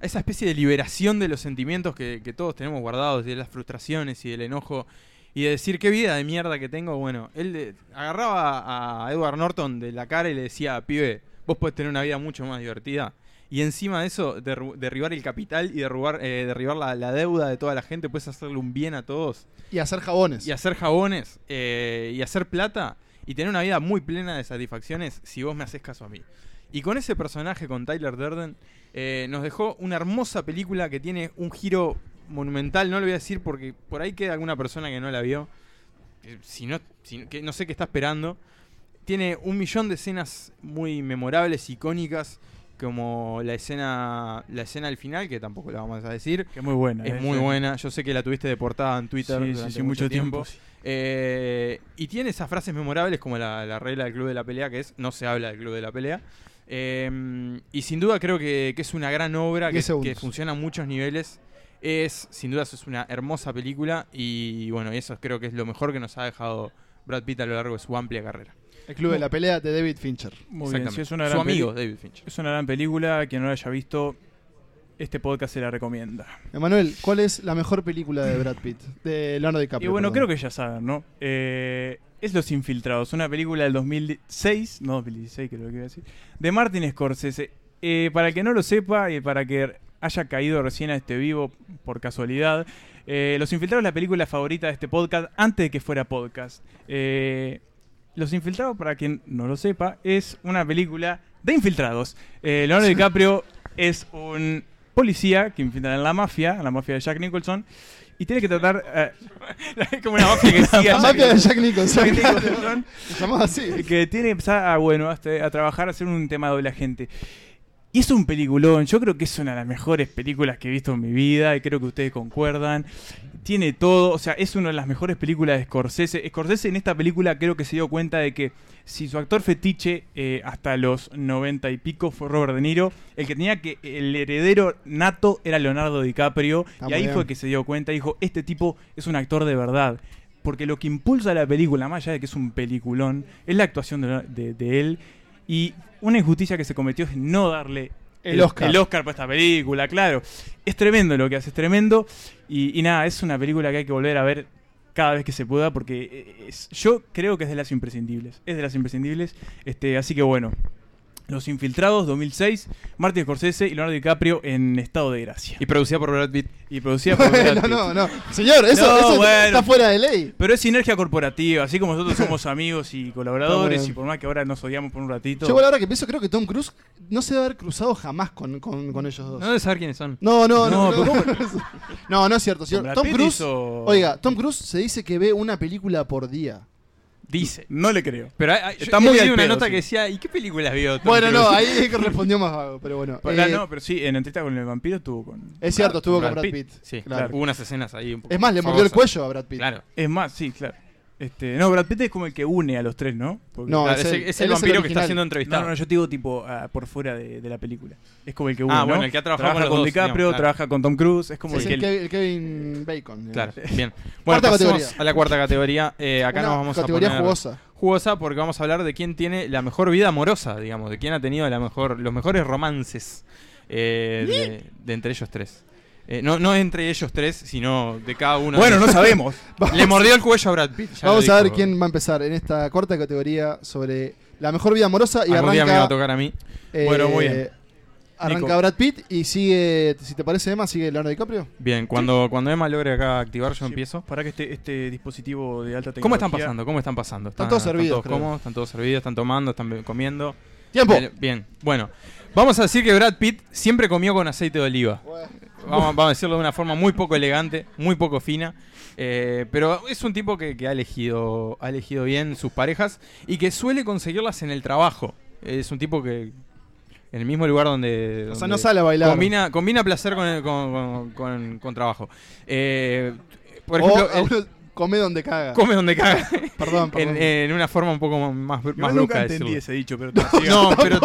[SPEAKER 1] esa especie de liberación de los sentimientos que, que todos tenemos guardados, de las frustraciones y del enojo y de decir qué vida de mierda que tengo, bueno, él le- agarraba a Edward Norton de la cara y le decía, pibe, vos podés tener una vida mucho más divertida. Y encima de eso, derru- derribar el capital y derrubar, eh, derribar la, la deuda de toda la gente, puedes hacerle un bien a todos.
[SPEAKER 2] Y hacer jabones.
[SPEAKER 1] Y hacer jabones, eh, y hacer plata, y tener una vida muy plena de satisfacciones si vos me haces caso a mí. Y con ese personaje, con Tyler Durden, eh, nos dejó una hermosa película que tiene un giro monumental. No lo voy a decir porque por ahí queda alguna persona que no la vio. Eh, Si no, si- que no sé qué está esperando. Tiene un millón de escenas muy memorables, icónicas, como la escena, la escena del final, que tampoco la vamos a decir.
[SPEAKER 3] Que es muy buena.
[SPEAKER 1] Es
[SPEAKER 3] ¿eh?
[SPEAKER 1] muy
[SPEAKER 3] Sí.
[SPEAKER 1] buena. Yo sé que la tuviste de portada en Twitter
[SPEAKER 3] Sí, sí,
[SPEAKER 1] durante
[SPEAKER 3] sí, mucho tiempo. sí.
[SPEAKER 1] eh, y tiene esas frases memorables como la, la regla del club de la pelea, que es no se habla del club de la pelea. Eh, y sin duda creo que, que es una gran obra que,
[SPEAKER 2] Diez segundos.
[SPEAKER 1] que funciona a muchos niveles. Es, sin duda, es una hermosa película. Y bueno, eso creo que es lo mejor que nos ha dejado Brad Pitt a lo largo de su amplia carrera.
[SPEAKER 2] El club de la pelea de David Fincher.
[SPEAKER 3] Muy bien,
[SPEAKER 1] Exactamente.
[SPEAKER 3] sí, es una
[SPEAKER 1] su
[SPEAKER 3] gran
[SPEAKER 1] amigo,
[SPEAKER 3] peli-
[SPEAKER 1] David Fincher.
[SPEAKER 3] Es una gran película, quien no la haya visto, este podcast se la recomienda.
[SPEAKER 2] Emanuel, ¿cuál es la mejor película de Brad Pitt? De Leonardo
[SPEAKER 3] Y
[SPEAKER 2] DiCaprio.
[SPEAKER 3] bueno, creo que ya saben, ¿no? Eh, es Los Infiltrados, una película del 2006, no 2016 creo que iba a decir, de Martin Scorsese. Eh, para el que no lo sepa y para que haya caído recién a este vivo por casualidad, eh, Los Infiltrados es la película favorita de este podcast antes de que fuera podcast. Eh, Los Infiltrados, para quien no lo sepa, es una película de infiltrados. Eh, Leonardo DiCaprio es un policía que infiltra en la mafia, en la mafia de Jack Nicholson, y tiene que tratar... eh,
[SPEAKER 1] como una mafia que sigue
[SPEAKER 2] La
[SPEAKER 1] a
[SPEAKER 2] mafia
[SPEAKER 1] Jack-
[SPEAKER 2] de Jack Nicholson.
[SPEAKER 3] Jack Nicholson,
[SPEAKER 2] Se llamaba así.
[SPEAKER 3] que tiene que empezar a, bueno, a, este- a trabajar, a hacer un tema doble agente. Y es un peliculón, yo creo que es una de las mejores películas que he visto en mi vida y creo que ustedes concuerdan. tiene todo, o sea, es una de las mejores películas de Scorsese. Scorsese en esta película creo que se dio cuenta de que si su actor fetiche eh, hasta los 90 y pico fue Robert De Niro, el que tenía que el heredero nato era Leonardo DiCaprio
[SPEAKER 2] Está
[SPEAKER 3] y
[SPEAKER 2] Ah, muy
[SPEAKER 3] ahí
[SPEAKER 2] bien.
[SPEAKER 3] fue que se dio cuenta, dijo, este tipo es un actor de verdad. Porque lo que impulsa la película, más allá de que es un peliculón, es la actuación de, de- de él. Y una injusticia que se cometió es no darle
[SPEAKER 2] El Oscar.
[SPEAKER 3] el Oscar para esta película, claro. Es tremendo lo que hace, es tremendo. Y, y nada, es una película que hay que volver a ver cada vez que se pueda porque eh, es- yo creo que es de las imprescindibles. Es de las imprescindibles. Este, así que bueno, Los Infiltrados 2006, Martin Scorsese y Leonardo DiCaprio en estado de gracia.
[SPEAKER 1] Y producida por Brad Pitt.
[SPEAKER 3] Y producida por Brad
[SPEAKER 2] no,
[SPEAKER 3] Pitt.
[SPEAKER 2] no, no. Señor, eso,
[SPEAKER 3] No,
[SPEAKER 2] eso
[SPEAKER 3] bueno.
[SPEAKER 2] está fuera de ley.
[SPEAKER 3] Pero es sinergia corporativa, así como nosotros somos amigos y
[SPEAKER 2] Está
[SPEAKER 3] colaboradores
[SPEAKER 2] bien.
[SPEAKER 3] y por más que ahora nos odiamos por un ratito.
[SPEAKER 2] Yo, igual ahora que pienso, creo que Tom Cruise no se debe haber cruzado jamás con, con- con ellos dos.
[SPEAKER 1] No debes saber quiénes son.
[SPEAKER 2] No, no, no.
[SPEAKER 3] No,
[SPEAKER 2] No,
[SPEAKER 3] pero
[SPEAKER 2] no, no es cierto.
[SPEAKER 3] Con
[SPEAKER 2] señor.
[SPEAKER 3] Brad
[SPEAKER 2] Tom
[SPEAKER 3] Pitt
[SPEAKER 2] Cruise.
[SPEAKER 3] hizo-
[SPEAKER 2] Oiga, Tom Cruise se dice que ve una película por día.
[SPEAKER 1] Dice.
[SPEAKER 3] No le creo.
[SPEAKER 1] Pero hay, hay- yo-
[SPEAKER 3] Está
[SPEAKER 1] he
[SPEAKER 3] muy
[SPEAKER 1] leído
[SPEAKER 3] al
[SPEAKER 1] una
[SPEAKER 3] pedo,
[SPEAKER 1] nota
[SPEAKER 3] sí.
[SPEAKER 1] que decía, ¿y qué películas vio? Tom
[SPEAKER 2] Bueno, no,
[SPEAKER 1] Cruise?"
[SPEAKER 2] ahí es que respondió más vago, pero bueno.
[SPEAKER 3] Pero,
[SPEAKER 2] Eh,
[SPEAKER 3] Pues, no, pero sí, en entrevista con el vampiro estuvo con.
[SPEAKER 2] es cierto, estuvo con
[SPEAKER 1] Brad
[SPEAKER 2] Brad Pitt.
[SPEAKER 1] Pitt. Sí,
[SPEAKER 2] claro.
[SPEAKER 1] hubo unas escenas ahí un poco.
[SPEAKER 2] Es más, le mordió el
[SPEAKER 1] fogosas.
[SPEAKER 2] cuello a Brad Pitt.
[SPEAKER 1] Claro.
[SPEAKER 3] Es más, sí, claro. Este, no, Brad Pitt es como el que une a los tres, ¿no? Porque-
[SPEAKER 2] No,
[SPEAKER 1] Claro,
[SPEAKER 2] es
[SPEAKER 1] es,
[SPEAKER 2] el-
[SPEAKER 1] el, es el
[SPEAKER 2] él es el
[SPEAKER 1] vampiro que está
[SPEAKER 2] original.
[SPEAKER 1] siendo
[SPEAKER 3] No,
[SPEAKER 1] entrevistado.
[SPEAKER 3] no, yo te digo tipo ah, por fuera de, de la película. Es como el que une,
[SPEAKER 1] Ah, bueno,
[SPEAKER 3] ¿no?
[SPEAKER 1] el que ha trabajado
[SPEAKER 3] trabaja
[SPEAKER 1] con
[SPEAKER 3] con
[SPEAKER 1] los dos,
[SPEAKER 3] DiCaprio,
[SPEAKER 1] digamos, claro.
[SPEAKER 3] trabaja con Tom Cruise, es como
[SPEAKER 2] Es
[SPEAKER 3] el que
[SPEAKER 2] el, Kev- el Kevin Bacon.
[SPEAKER 1] Claro,
[SPEAKER 2] digamos.
[SPEAKER 1] bien. Bueno,
[SPEAKER 2] Cuarta
[SPEAKER 1] pasemos
[SPEAKER 2] categoría.
[SPEAKER 1] a la cuarta categoría. Eh, acá
[SPEAKER 2] Una
[SPEAKER 1] nos vamos
[SPEAKER 2] categoría
[SPEAKER 1] a poner
[SPEAKER 2] jugosa.
[SPEAKER 1] jugosa porque vamos a hablar de quién tiene la mejor vida amorosa, digamos, de quién ha tenido la mejor, los mejores romances eh, de, de entre ellos tres. Eh, no, no entre ellos tres, sino de cada uno. de
[SPEAKER 3] Bueno, no
[SPEAKER 1] ellos.
[SPEAKER 3] sabemos.
[SPEAKER 1] Le mordió el cuello a Brad Pitt. ya lo
[SPEAKER 2] Vamos a
[SPEAKER 1] dijo.
[SPEAKER 2] ver quién va a empezar en esta cuarta categoría sobre la mejor vida amorosa y
[SPEAKER 1] Algún día me va a
[SPEAKER 2] arranca.
[SPEAKER 1] tocar a mí.
[SPEAKER 2] eh,
[SPEAKER 3] Bueno, muy bien.
[SPEAKER 2] Arranca
[SPEAKER 3] Nico.
[SPEAKER 2] Brad Pitt y sigue, si te parece, Emma, sigue Leonardo DiCaprio.
[SPEAKER 1] Bien, cuando, cuando Emma logre acá activar, yo empiezo.
[SPEAKER 3] Para que este, este dispositivo de alta tecnología.
[SPEAKER 1] ¿Cómo están pasando? ¿Cómo están pasando?
[SPEAKER 2] Están todos servidos,
[SPEAKER 1] Están
[SPEAKER 2] creo.
[SPEAKER 1] todos cómodos, están todos servidos, están tomando, están be- comiendo.
[SPEAKER 2] ¡Tiempo!
[SPEAKER 1] Bien, bien. bueno. Vamos a decir que Brad Pitt siempre comió con aceite de oliva. Vamos, vamos a decirlo de una forma muy poco elegante, muy poco fina. eh, pero es un tipo que, que ha, elegido, ha elegido bien sus parejas y que suele conseguirlas en el trabajo. Es un tipo que en el mismo lugar donde...
[SPEAKER 2] O sea,
[SPEAKER 1] donde
[SPEAKER 2] no sale a bailar.
[SPEAKER 1] Combina, combina placer con, el- con- con- con- con trabajo. Eh, por
[SPEAKER 2] O
[SPEAKER 1] ejemplo,
[SPEAKER 2] a
[SPEAKER 1] él
[SPEAKER 2] uno come donde caga.
[SPEAKER 1] come donde caga.
[SPEAKER 2] Perdón, Oh, perdón.
[SPEAKER 1] en, eh, en una forma un poco más, más
[SPEAKER 3] Yo
[SPEAKER 1] brusca
[SPEAKER 3] nunca
[SPEAKER 1] de
[SPEAKER 3] entendí
[SPEAKER 1] decirlo.
[SPEAKER 3] ese dicho, pero te
[SPEAKER 1] No, pero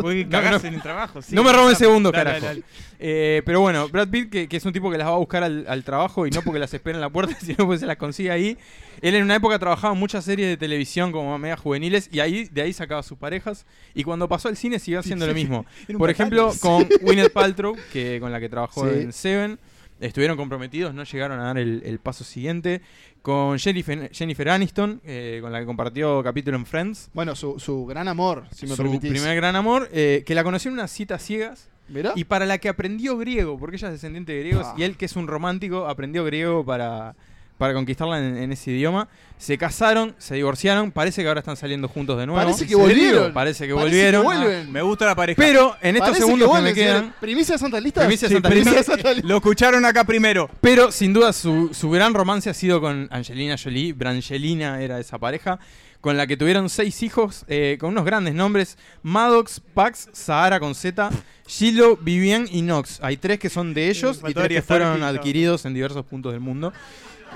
[SPEAKER 3] Porque
[SPEAKER 1] No,
[SPEAKER 3] cagás
[SPEAKER 1] no.
[SPEAKER 3] en el trabajo. sí.
[SPEAKER 1] No me roben
[SPEAKER 3] Dale,
[SPEAKER 1] segundos,
[SPEAKER 3] dale,
[SPEAKER 1] carajo.
[SPEAKER 3] dale.
[SPEAKER 1] Eh, pero bueno, Brad Pitt, que, que es un tipo que las va a buscar al, al trabajo y no porque las espera en la puerta, sino porque se las consigue ahí. Él en una época trabajaba en muchas series de televisión como media juveniles y ahí de ahí sacaba sus parejas. Y cuando pasó al cine siguió haciendo lo mismo.
[SPEAKER 3] Era un
[SPEAKER 1] Por
[SPEAKER 3] catálogo.
[SPEAKER 1] ejemplo, con Gwyneth Paltrow, que, con la que trabajó
[SPEAKER 2] Sí.
[SPEAKER 1] en Seven. Estuvieron comprometidos, no llegaron a dar el, el paso siguiente. Con Jennifer, Jennifer Aniston, eh, con la que compartió capítulo en Friends.
[SPEAKER 2] Bueno, su, su gran amor, si me
[SPEAKER 1] su
[SPEAKER 2] permitís.
[SPEAKER 1] primer gran amor, eh, que la conoció en una cita ciegas
[SPEAKER 2] ¿Mirá?
[SPEAKER 1] y para la que aprendió griego, porque ella es descendiente de griegos
[SPEAKER 2] Ah.
[SPEAKER 1] y él, que es un romántico, aprendió griego para, para conquistarla en, en ese idioma. Se casaron, se divorciaron, parece que ahora están saliendo juntos de nuevo.
[SPEAKER 2] Parece que
[SPEAKER 1] ¿En serio?
[SPEAKER 2] volvieron.
[SPEAKER 1] Parece que
[SPEAKER 2] Parece
[SPEAKER 1] volvieron.
[SPEAKER 2] que vuelven.
[SPEAKER 3] Me gusta la pareja.
[SPEAKER 1] Pero en estos
[SPEAKER 2] Parece
[SPEAKER 1] segundos que,
[SPEAKER 2] vuelven,
[SPEAKER 1] me quedan,
[SPEAKER 2] señor. ¿Primicia de Santa Lista?
[SPEAKER 1] Primicia
[SPEAKER 2] Sí,
[SPEAKER 1] de Santa
[SPEAKER 2] primicia
[SPEAKER 1] Lista.
[SPEAKER 2] de Santa Lista.
[SPEAKER 3] Lo escucharon acá primero.
[SPEAKER 1] Pero sin duda su, su gran romance ha sido con Angelina Jolie. Brangelina era esa pareja. Con la que tuvieron seis hijos eh, con unos grandes nombres: Maddox, Pax, Sahara con Z, Shiloh, Vivian y Knox. Hay tres que son de ellos y tres
[SPEAKER 3] faltó
[SPEAKER 1] que
[SPEAKER 3] Arya Stark
[SPEAKER 1] fueron
[SPEAKER 3] y-
[SPEAKER 1] adquiridos en diversos puntos del mundo.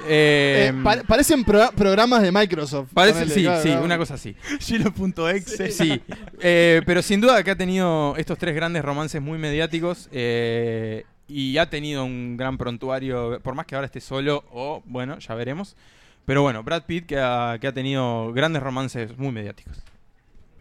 [SPEAKER 1] Eh,
[SPEAKER 2] Eh, pa- parecen pro- programas de Microsoft.
[SPEAKER 1] parece,
[SPEAKER 2] Ponele,
[SPEAKER 1] sí,
[SPEAKER 2] claro,
[SPEAKER 1] sí,
[SPEAKER 2] claro.
[SPEAKER 1] una cosa así.
[SPEAKER 3] Gilo.exe.
[SPEAKER 1] Sí, eh, pero sin duda que ha tenido estos tres grandes romances muy mediáticos eh, y ha tenido un gran prontuario, por más que ahora esté solo o, bueno, ya veremos. Pero bueno, Brad Pitt que ha, que ha tenido grandes romances muy mediáticos.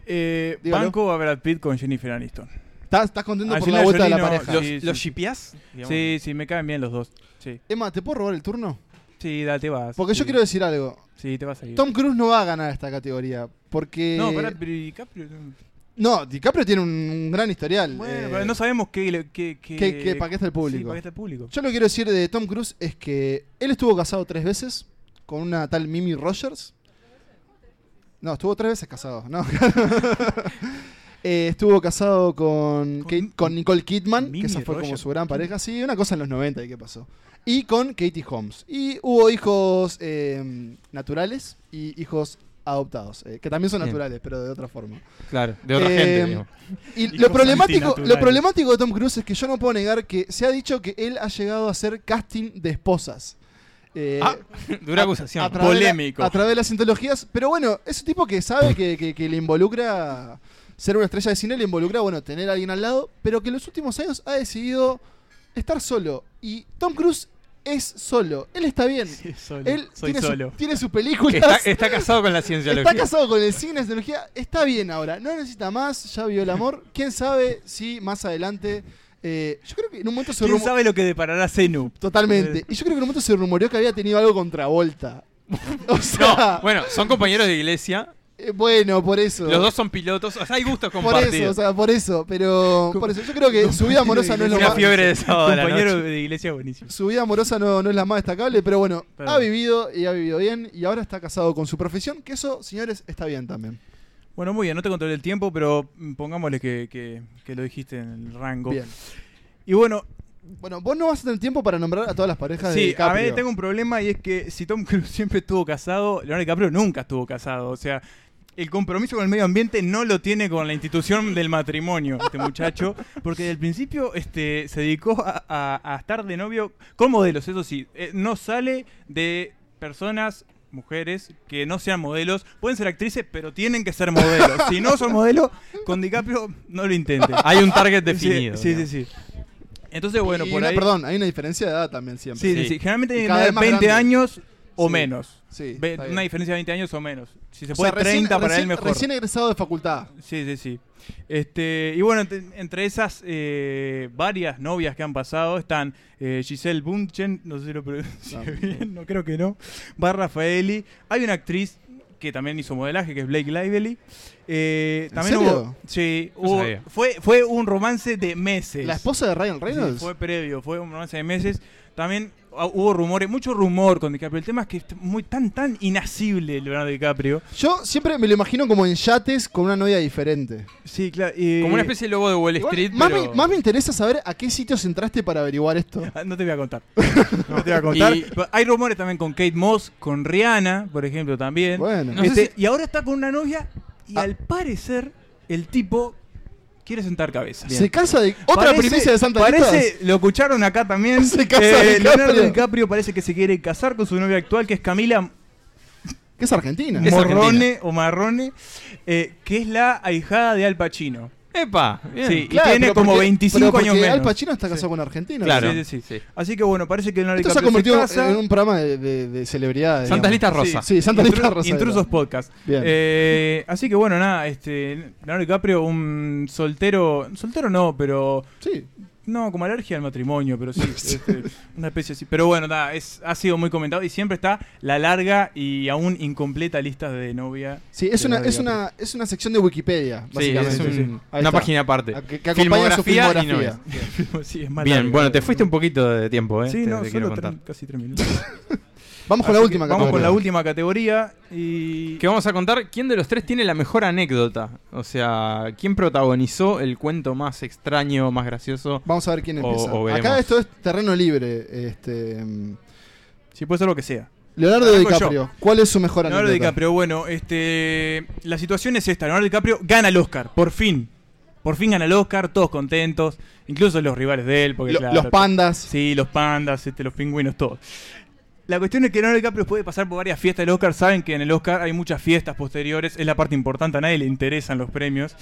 [SPEAKER 3] Eh,
[SPEAKER 2] Dígalo.
[SPEAKER 3] banco a Brad Pitt con Jennifer Aniston.
[SPEAKER 2] ¿Estás, estás contento por
[SPEAKER 3] Angelina
[SPEAKER 2] la vuelta de la
[SPEAKER 3] Jolie no,
[SPEAKER 2] pareja?
[SPEAKER 3] lo-
[SPEAKER 1] ¿Los,
[SPEAKER 3] Sí,
[SPEAKER 1] los
[SPEAKER 3] sí.
[SPEAKER 1] shipeás? Digamos.
[SPEAKER 3] Sí, sí, me caen bien los dos. Sí,
[SPEAKER 2] Emma, ¿te puedo robar el turno?
[SPEAKER 3] sí date vas.
[SPEAKER 2] Porque yo
[SPEAKER 3] Sí.
[SPEAKER 2] quiero decir algo.
[SPEAKER 3] Sí, te vas a ir.
[SPEAKER 2] Tom eh, Cruise no va a ganar esta categoría. Porque.
[SPEAKER 3] No, para pero y DiCaprio. no.
[SPEAKER 2] No, DiCaprio tiene un, un gran historial.
[SPEAKER 3] Bueno,
[SPEAKER 2] eh,
[SPEAKER 3] pero no sabemos qué. le- qué, qué,
[SPEAKER 2] que, que para qué está el
[SPEAKER 3] Sí,
[SPEAKER 2] público.
[SPEAKER 3] para qué está el público.
[SPEAKER 2] Yo lo que quiero decir de Tom Cruise es que él estuvo casado tres veces con una tal Mimi Rogers. No, estuvo tres veces casado, no. Eh, estuvo casado con,
[SPEAKER 3] Con-
[SPEAKER 2] Kate- con Nicole Kidman,
[SPEAKER 3] Mimi
[SPEAKER 2] que esa fue como
[SPEAKER 3] Rogers.
[SPEAKER 2] su gran pareja, sí, una cosa en los 90 y qué pasó. Y con Katie Holmes. Y hubo hijos eh, naturales y hijos adoptados, eh, que también son
[SPEAKER 1] Bien.
[SPEAKER 2] naturales, pero de otra forma.
[SPEAKER 1] Claro, de otra
[SPEAKER 2] Eh,
[SPEAKER 1] gente. digamos.
[SPEAKER 2] Y
[SPEAKER 3] Y
[SPEAKER 2] lo
[SPEAKER 3] cosas
[SPEAKER 2] problemático, lo
[SPEAKER 3] antinaturales.
[SPEAKER 2] problemático de Tom Cruise es que yo no puedo negar que se ha dicho que él ha llegado a hacer casting de esposas. eh,
[SPEAKER 1] Ah, dura
[SPEAKER 2] a-
[SPEAKER 1] acusación.
[SPEAKER 2] a través de la-
[SPEAKER 3] Polémico.
[SPEAKER 2] a través de las antologías. Pero bueno, es un tipo que sabe que, que- que le involucra ser una estrella de cine, le involucra, bueno, tener a alguien al lado, pero que en los últimos años ha decidido estar solo. Y Tom Cruise es solo. Él está bien.
[SPEAKER 3] Sí, solo.
[SPEAKER 2] Él
[SPEAKER 3] Soy
[SPEAKER 2] tiene, su-
[SPEAKER 3] solo.
[SPEAKER 2] tiene sus
[SPEAKER 1] Está,
[SPEAKER 2] películas.
[SPEAKER 1] está casado con la cienciología.
[SPEAKER 2] Está casado con el cine, la tecnología, está bien ahora. No necesita más, ya vio el amor. ¿Quién sabe si más adelante... eh, yo creo que en un momento se
[SPEAKER 3] ¿Quién
[SPEAKER 2] rumo-
[SPEAKER 3] sabe lo que deparará Zenu?
[SPEAKER 2] Totalmente. Y yo creo que en un momento se rumoreó que había tenido algo contra Volta. O sea,
[SPEAKER 1] No, bueno, son compañeros de iglesia.
[SPEAKER 2] eh, bueno, por eso.
[SPEAKER 1] Los dos son pilotos. O sea, hay gustos
[SPEAKER 2] por eso, o
[SPEAKER 1] compartidos.
[SPEAKER 2] sea, por eso. Pero por eso yo creo que su vida amorosa no es lo
[SPEAKER 1] Una
[SPEAKER 2] más...
[SPEAKER 1] fiebre de sábado a la
[SPEAKER 3] Compañero
[SPEAKER 1] noche.
[SPEAKER 3] de iglesia buenísimo.
[SPEAKER 2] Su vida amorosa no, no es la más destacable, pero bueno,
[SPEAKER 3] Pero-
[SPEAKER 2] ha vivido y ha vivido bien y ahora está casado con su profesión, que eso, señores, está bien también.
[SPEAKER 3] Bueno, muy bien, no te controlé el tiempo, pero mm, pongámosle que, que- que lo dijiste en el rango.
[SPEAKER 2] Bien.
[SPEAKER 3] Y bueno,
[SPEAKER 2] Bueno, vos no vas a tener tiempo para nombrar a todas las parejas de
[SPEAKER 3] sí, a
[SPEAKER 2] DiCaprio.
[SPEAKER 3] ver, tengo un problema y es que si Tom Cruise siempre estuvo casado, Leonardo DiCaprio nunca estuvo casado. O sea, el compromiso con el medio ambiente no lo tiene con la institución del matrimonio, este muchacho, porque desde el principio este, se dedicó a, a- a estar de novio con modelos, eso sí. Eh, no sale de personas mujeres que no sean modelos, pueden ser actrices, pero tienen que ser modelos. Si no son modelos, con DiCaprio no lo intenten.
[SPEAKER 1] Hay un target
[SPEAKER 3] Sí,
[SPEAKER 1] Ah, definido.
[SPEAKER 3] Sí, sí,
[SPEAKER 1] digamos.
[SPEAKER 3] sí. Entonces, bueno,
[SPEAKER 2] Y
[SPEAKER 3] por
[SPEAKER 2] una-
[SPEAKER 3] ahí.
[SPEAKER 2] Perdón, hay una diferencia de edad también siempre.
[SPEAKER 3] Sí, sí,
[SPEAKER 1] Sí.
[SPEAKER 3] sí. Generalmente
[SPEAKER 2] Y
[SPEAKER 3] tiene
[SPEAKER 2] cada vez más
[SPEAKER 3] 20
[SPEAKER 2] grande.
[SPEAKER 3] años o
[SPEAKER 2] Sí.
[SPEAKER 3] menos.
[SPEAKER 2] Sí,
[SPEAKER 3] Ve-
[SPEAKER 2] está bien.
[SPEAKER 3] una diferencia de 20 años o menos. Si se
[SPEAKER 2] O
[SPEAKER 3] puede,
[SPEAKER 2] sea, recién-
[SPEAKER 3] 30 para
[SPEAKER 2] recién-
[SPEAKER 3] él mejor.
[SPEAKER 2] Recién egresado de facultad.
[SPEAKER 3] Sí, sí, sí. Este, y bueno, te- entre esas eh, varias novias que han pasado están eh, Giselle Bunchen, no sé si lo pronuncié
[SPEAKER 2] No.
[SPEAKER 3] bien, no creo que no, Barra Faeli. Hay una actriz que también hizo modelaje, que es Blake Lively. Eh,
[SPEAKER 2] ¿En
[SPEAKER 3] también
[SPEAKER 2] serio?
[SPEAKER 3] hubo- sí,
[SPEAKER 1] No
[SPEAKER 3] hubo-
[SPEAKER 1] sabía.
[SPEAKER 3] fue, fue un romance de meses.
[SPEAKER 2] La esposa de Ryan Reynolds.
[SPEAKER 3] Sí, fue previo, fue un romance de meses. También ah, hubo rumores, mucho rumor con DiCaprio. El tema es que es muy tan, tan inasible Leonardo DiCaprio.
[SPEAKER 2] Yo siempre me lo imagino como en yates con una novia diferente.
[SPEAKER 3] Sí, claro.
[SPEAKER 2] eh,
[SPEAKER 1] Como una especie de lobo de Wall
[SPEAKER 2] Igual,
[SPEAKER 1] Street.
[SPEAKER 2] más,
[SPEAKER 1] pero-
[SPEAKER 2] me, más me interesa saber a qué sitios entraste para averiguar esto.
[SPEAKER 3] Ah, No te voy a contar. No te voy a contar.
[SPEAKER 1] Y-
[SPEAKER 3] Pero Hay rumores también con Kate Moss, con Rihanna, por ejemplo, también.
[SPEAKER 2] Bueno,
[SPEAKER 1] No sé
[SPEAKER 3] Este, Y ahora está con una novia y
[SPEAKER 2] Ah.
[SPEAKER 3] al parecer el tipo quiere sentar cabezas.
[SPEAKER 2] se casa de. Otra
[SPEAKER 3] Parece-
[SPEAKER 2] primicia de Santa
[SPEAKER 3] Parece,
[SPEAKER 2] Listas.
[SPEAKER 3] lo escucharon acá también. Eh,
[SPEAKER 2] Se casa DiCaprio.
[SPEAKER 3] Leonardo DiCaprio parece que se quiere casar con su novia actual, que es Camila
[SPEAKER 2] Que es Argentina.
[SPEAKER 1] Es-
[SPEAKER 3] Morrone o Marrone, eh, que es la ahijada de Al Pacino.
[SPEAKER 1] Epa, bien.
[SPEAKER 3] Sí. y
[SPEAKER 2] Claro,
[SPEAKER 3] tiene
[SPEAKER 2] pero
[SPEAKER 3] como
[SPEAKER 2] porque-
[SPEAKER 3] 25
[SPEAKER 2] pero porque
[SPEAKER 3] años menos.
[SPEAKER 2] Al Pacino está casado con Argentina.
[SPEAKER 1] Claro.
[SPEAKER 3] Sí, sí, sí.
[SPEAKER 1] Sí.
[SPEAKER 3] Así que bueno, parece que Leonardo
[SPEAKER 2] Esto se ha
[SPEAKER 3] DiCaprio se
[SPEAKER 2] convertido
[SPEAKER 3] casa.
[SPEAKER 2] en un programa de, de- de celebridades.
[SPEAKER 1] Santas
[SPEAKER 2] digamos.
[SPEAKER 1] listas rosa.
[SPEAKER 2] Sí, Santa Lista
[SPEAKER 3] Intru-
[SPEAKER 2] Rosa.
[SPEAKER 3] Intrusos
[SPEAKER 2] digamos.
[SPEAKER 3] Podcast.
[SPEAKER 2] Bien.
[SPEAKER 3] Eh, así que bueno, nada, este, Leonardo DiCaprio, un soltero, soltero no, pero
[SPEAKER 2] Sí.
[SPEAKER 3] no, como alergia al matrimonio, pero sí, este, una especie así. Pero bueno, nada, es, ha sido muy comentado y siempre está la larga y aún incompleta lista de novia.
[SPEAKER 2] Sí, es
[SPEAKER 3] de
[SPEAKER 2] una,
[SPEAKER 3] Leonardo
[SPEAKER 2] es,
[SPEAKER 3] DiCaprio.
[SPEAKER 2] una, es una sección de Wikipedia,
[SPEAKER 1] Sí,
[SPEAKER 2] básicamente.
[SPEAKER 1] es un-
[SPEAKER 3] sí.
[SPEAKER 2] Ahí
[SPEAKER 1] una
[SPEAKER 2] está.
[SPEAKER 1] página aparte.
[SPEAKER 2] A- Que, que acompaña su
[SPEAKER 1] Filmografía
[SPEAKER 2] filmografía.
[SPEAKER 1] y novias.
[SPEAKER 3] Sí, es más
[SPEAKER 1] Bien,
[SPEAKER 3] larga.
[SPEAKER 1] bueno, te fuiste un poquito de tiempo, ¿eh?
[SPEAKER 3] Sí,
[SPEAKER 1] te,
[SPEAKER 3] no,
[SPEAKER 1] te quiero
[SPEAKER 3] solo
[SPEAKER 1] contar.
[SPEAKER 3] tre- casi tres minutos.
[SPEAKER 2] Vamos con la
[SPEAKER 3] Así
[SPEAKER 2] última.
[SPEAKER 3] que Vamos con
[SPEAKER 2] categoría.
[SPEAKER 3] la última categoría y.
[SPEAKER 1] Que vamos a contar quién de los tres tiene la mejor anécdota. O sea, quién protagonizó el cuento más extraño, más gracioso.
[SPEAKER 2] Vamos a ver quién
[SPEAKER 1] O-
[SPEAKER 2] empieza.
[SPEAKER 1] o veremos.
[SPEAKER 2] Acá esto es terreno libre. Este, mm,
[SPEAKER 3] Si puede ser lo que sea.
[SPEAKER 2] Leonardo
[SPEAKER 3] Arranco
[SPEAKER 2] DiCaprio, ¿cuál es su mejor
[SPEAKER 3] Leonardo
[SPEAKER 2] anécdota?
[SPEAKER 3] DiCaprio, bueno, este, la situación es esta. Leonardo DiCaprio gana el Oscar, por fin. Por fin gana el Oscar, todos contentos. Incluso los rivales de él, porque
[SPEAKER 2] Lo-
[SPEAKER 3] claro,
[SPEAKER 2] los pandas.
[SPEAKER 3] Sí, los pandas, este, los pingüinos, todo. La cuestión es que Leonardo DiCaprio puede pasar por varias fiestas del Oscar. Saben que en el Oscar hay muchas fiestas posteriores. Es la parte importante, a nadie le interesan los premios.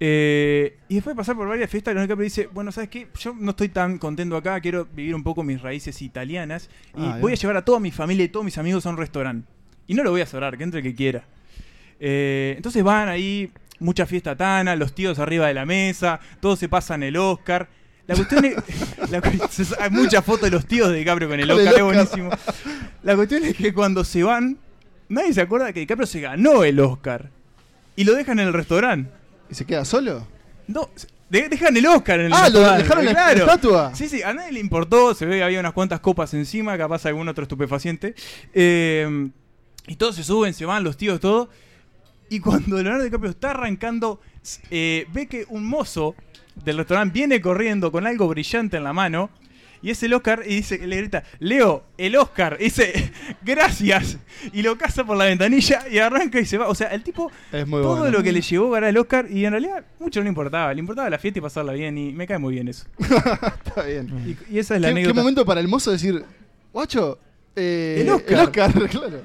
[SPEAKER 3] Eh, y después de pasar por varias fiestas, Leonardo DiCaprio dice, bueno, ¿sabes qué? Yo no estoy tan contento acá, quiero vivir un poco mis raíces italianas.
[SPEAKER 2] Ah,
[SPEAKER 3] Y voy a
[SPEAKER 2] bien.
[SPEAKER 3] llevar a toda mi familia y todos mis amigos a un restaurante. Y no lo voy a cerrar, que entre el que quiera. Eh, entonces van ahí, mucha fiesta tana, los tíos arriba de la mesa, todos se pasan el Oscar. La cuestión es. la cu- se- hay muchas fotos de los tíos de DiCaprio con el
[SPEAKER 2] Con el
[SPEAKER 3] Oscar, es
[SPEAKER 2] Oscar.
[SPEAKER 3] buenísimo. La cuestión es que cuando se van, nadie se acuerda que DiCaprio se ganó el Oscar. Y lo dejan en el restaurante.
[SPEAKER 2] ¿Y se queda solo?
[SPEAKER 3] No, se- de- dejan el Oscar en el
[SPEAKER 2] Ah, lo
[SPEAKER 3] restaurante.
[SPEAKER 2] dejaron en la
[SPEAKER 3] claro.
[SPEAKER 2] estatua.
[SPEAKER 3] Sí, sí, a nadie le importó, se ve que había unas cuantas copas encima, capaz algún otro estupefaciente. Eh, y todos se suben, se van, los tíos, todo. Y cuando Leonardo DiCaprio está arrancando, s- eh, ve que un mozo del restaurante viene corriendo con algo brillante en la mano. Y es el Oscar y dice, le grita, Leo, el Oscar. Y dice, gracias. Y lo caza por la ventanilla y arranca y se va. O sea, el tipo
[SPEAKER 2] Es muy
[SPEAKER 3] todo
[SPEAKER 2] bueno.
[SPEAKER 3] lo que le llevó ganar el Oscar y en realidad mucho no le importaba, le importaba la fiesta y pasarla bien y me cae muy bien eso.
[SPEAKER 2] Está bien.
[SPEAKER 3] Y, y esa es
[SPEAKER 2] ¿Qué,
[SPEAKER 3] la
[SPEAKER 2] qué
[SPEAKER 3] anécdota.
[SPEAKER 2] momento para el mozo decir, guacho, eh,
[SPEAKER 1] El Oscar.
[SPEAKER 2] claro.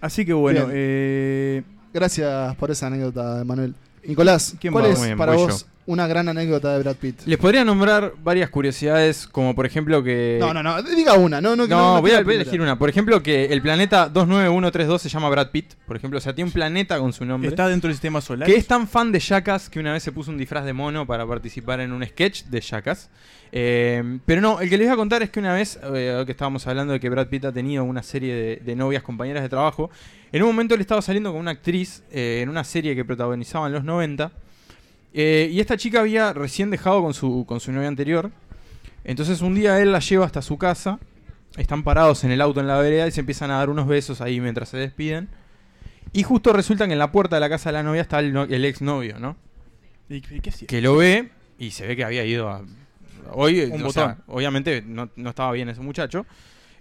[SPEAKER 3] Así que bueno,
[SPEAKER 2] Bien.
[SPEAKER 3] eh,
[SPEAKER 2] Gracias por esa anécdota, Manuel. Nicolás,
[SPEAKER 3] ¿Quién
[SPEAKER 2] ¿cuál
[SPEAKER 3] va?
[SPEAKER 2] es
[SPEAKER 1] Muy bien,
[SPEAKER 2] para
[SPEAKER 1] voy
[SPEAKER 2] vos una gran anécdota de Brad Pitt?
[SPEAKER 1] Les podría nombrar varias curiosidades, como por ejemplo que.
[SPEAKER 2] no, no, no, diga una. No, no,
[SPEAKER 1] Eh, No, voy, a, voy a elegir una. Por ejemplo, que el planeta 29132 se llama Brad Pitt. Por ejemplo, o sea, tiene un planeta con su nombre.
[SPEAKER 3] está dentro del sistema solar.
[SPEAKER 1] Que es tan fan de Jackass que una vez se puso un disfraz de mono para participar en un sketch de Jackass. Eh, pero no, el que les voy a contar es que una vez, eh, ahora que estábamos hablando de que Brad Pitt ha tenido una serie de, de novias, compañeras de trabajo, en un momento él estaba saliendo con una actriz eh, en una serie que protagonizaba en los 90. eh, y esta chica había recién dejado con su, con su novia anterior. Entonces un día él la lleva hasta su casa. Están parados en el auto en la vereda y se empiezan a dar unos besos ahí mientras se despiden. Y justo resulta que en la puerta de la casa de la novia está el, no- el exnovio, ¿no?
[SPEAKER 3] ¿Y qué qué hacía?
[SPEAKER 1] Que lo ve y se ve que había ido a. Hoy,
[SPEAKER 3] Un
[SPEAKER 1] o
[SPEAKER 3] botón.
[SPEAKER 1] sea, obviamente no, no estaba bien ese muchacho.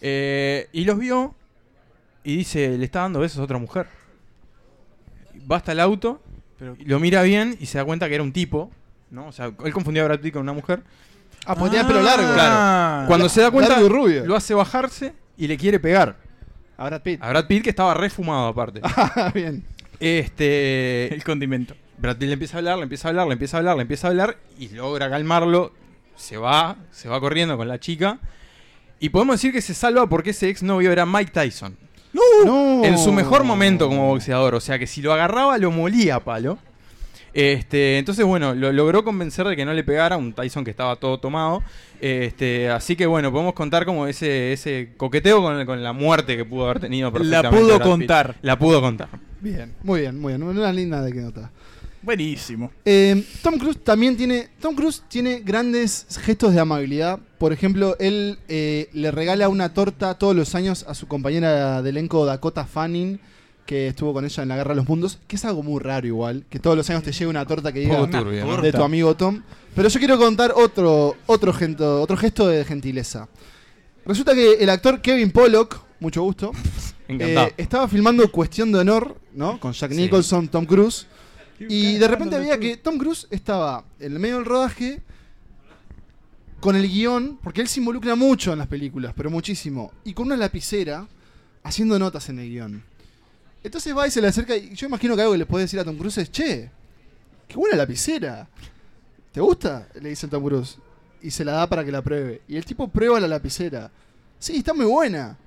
[SPEAKER 1] Eh, y los vio y dice: Le está dando besos a otra mujer. Va hasta el auto,
[SPEAKER 3] Pero-
[SPEAKER 1] lo mira bien y se da cuenta que era un tipo, ¿no? O sea, él confundía a Brad Pitt con una mujer.
[SPEAKER 2] Ah, pues tenía pelo largo.
[SPEAKER 1] claro. Cuando se da cuenta,
[SPEAKER 2] Ah. largo y rubio.
[SPEAKER 1] lo hace bajarse y le quiere pegar.
[SPEAKER 2] A Brad Pitt.
[SPEAKER 1] A Brad Pitt que estaba refumado aparte.
[SPEAKER 2] Ah, bien.
[SPEAKER 1] Este.
[SPEAKER 3] El condimento.
[SPEAKER 1] Brad Pitt le empieza a hablar, le empieza a hablar, le empieza a hablar, le empieza a hablar y logra calmarlo. Se va, se va corriendo con la chica. Y podemos decir que se salva porque ese exnovio era Mike Tyson.
[SPEAKER 2] No.
[SPEAKER 1] En su mejor momento como boxeador. O sea que si lo agarraba, lo molía a palo. Este, entonces, bueno, lo logró convencer de que no le pegara un Tyson que estaba todo tomado. Este, así que, bueno, podemos contar como ese, ese coqueteo con, con la muerte que pudo haber tenido.
[SPEAKER 3] La
[SPEAKER 1] perfectamente
[SPEAKER 3] pudo
[SPEAKER 1] Brad Pitt.
[SPEAKER 3] contar.
[SPEAKER 1] La pudo contar.
[SPEAKER 2] Bien, muy bien, muy bien. Una linda anécdota.
[SPEAKER 3] Buenísimo.
[SPEAKER 2] Eh, Tom Cruise también tiene. Tom Cruise tiene grandes gestos de amabilidad. Por ejemplo, él eh, le regala una torta todos los años a su compañera de elenco Dakota Fanning, que estuvo con ella en la Guerra de los Mundos, que es algo muy raro igual, que todos los años te llegue una torta que diga
[SPEAKER 1] Poco turbio, ¿no?
[SPEAKER 2] de tu amigo Tom. Pero yo quiero contar otro, otro, gento- otro gesto de gentileza. Resulta que el actor Kevin Pollock, mucho gusto,
[SPEAKER 1] Encantado.
[SPEAKER 2] eh, estaba filmando Cuestión de Honor, ¿no? Con Jack
[SPEAKER 1] Sí.
[SPEAKER 2] Nicholson, Tom Cruise. Y de repente había que Tom Cruise estaba en el medio del rodaje con el guión, porque él se involucra mucho en las películas, pero muchísimo, y con una lapicera haciendo notas en el guión. Entonces va y se le acerca, y yo imagino que algo que le puede decir a Tom Cruise es, che, qué buena lapicera. ¿Te gusta? Le dice Tom Cruise. Y se la da para que la pruebe. Y el tipo prueba la lapicera. Sí, está muy buena.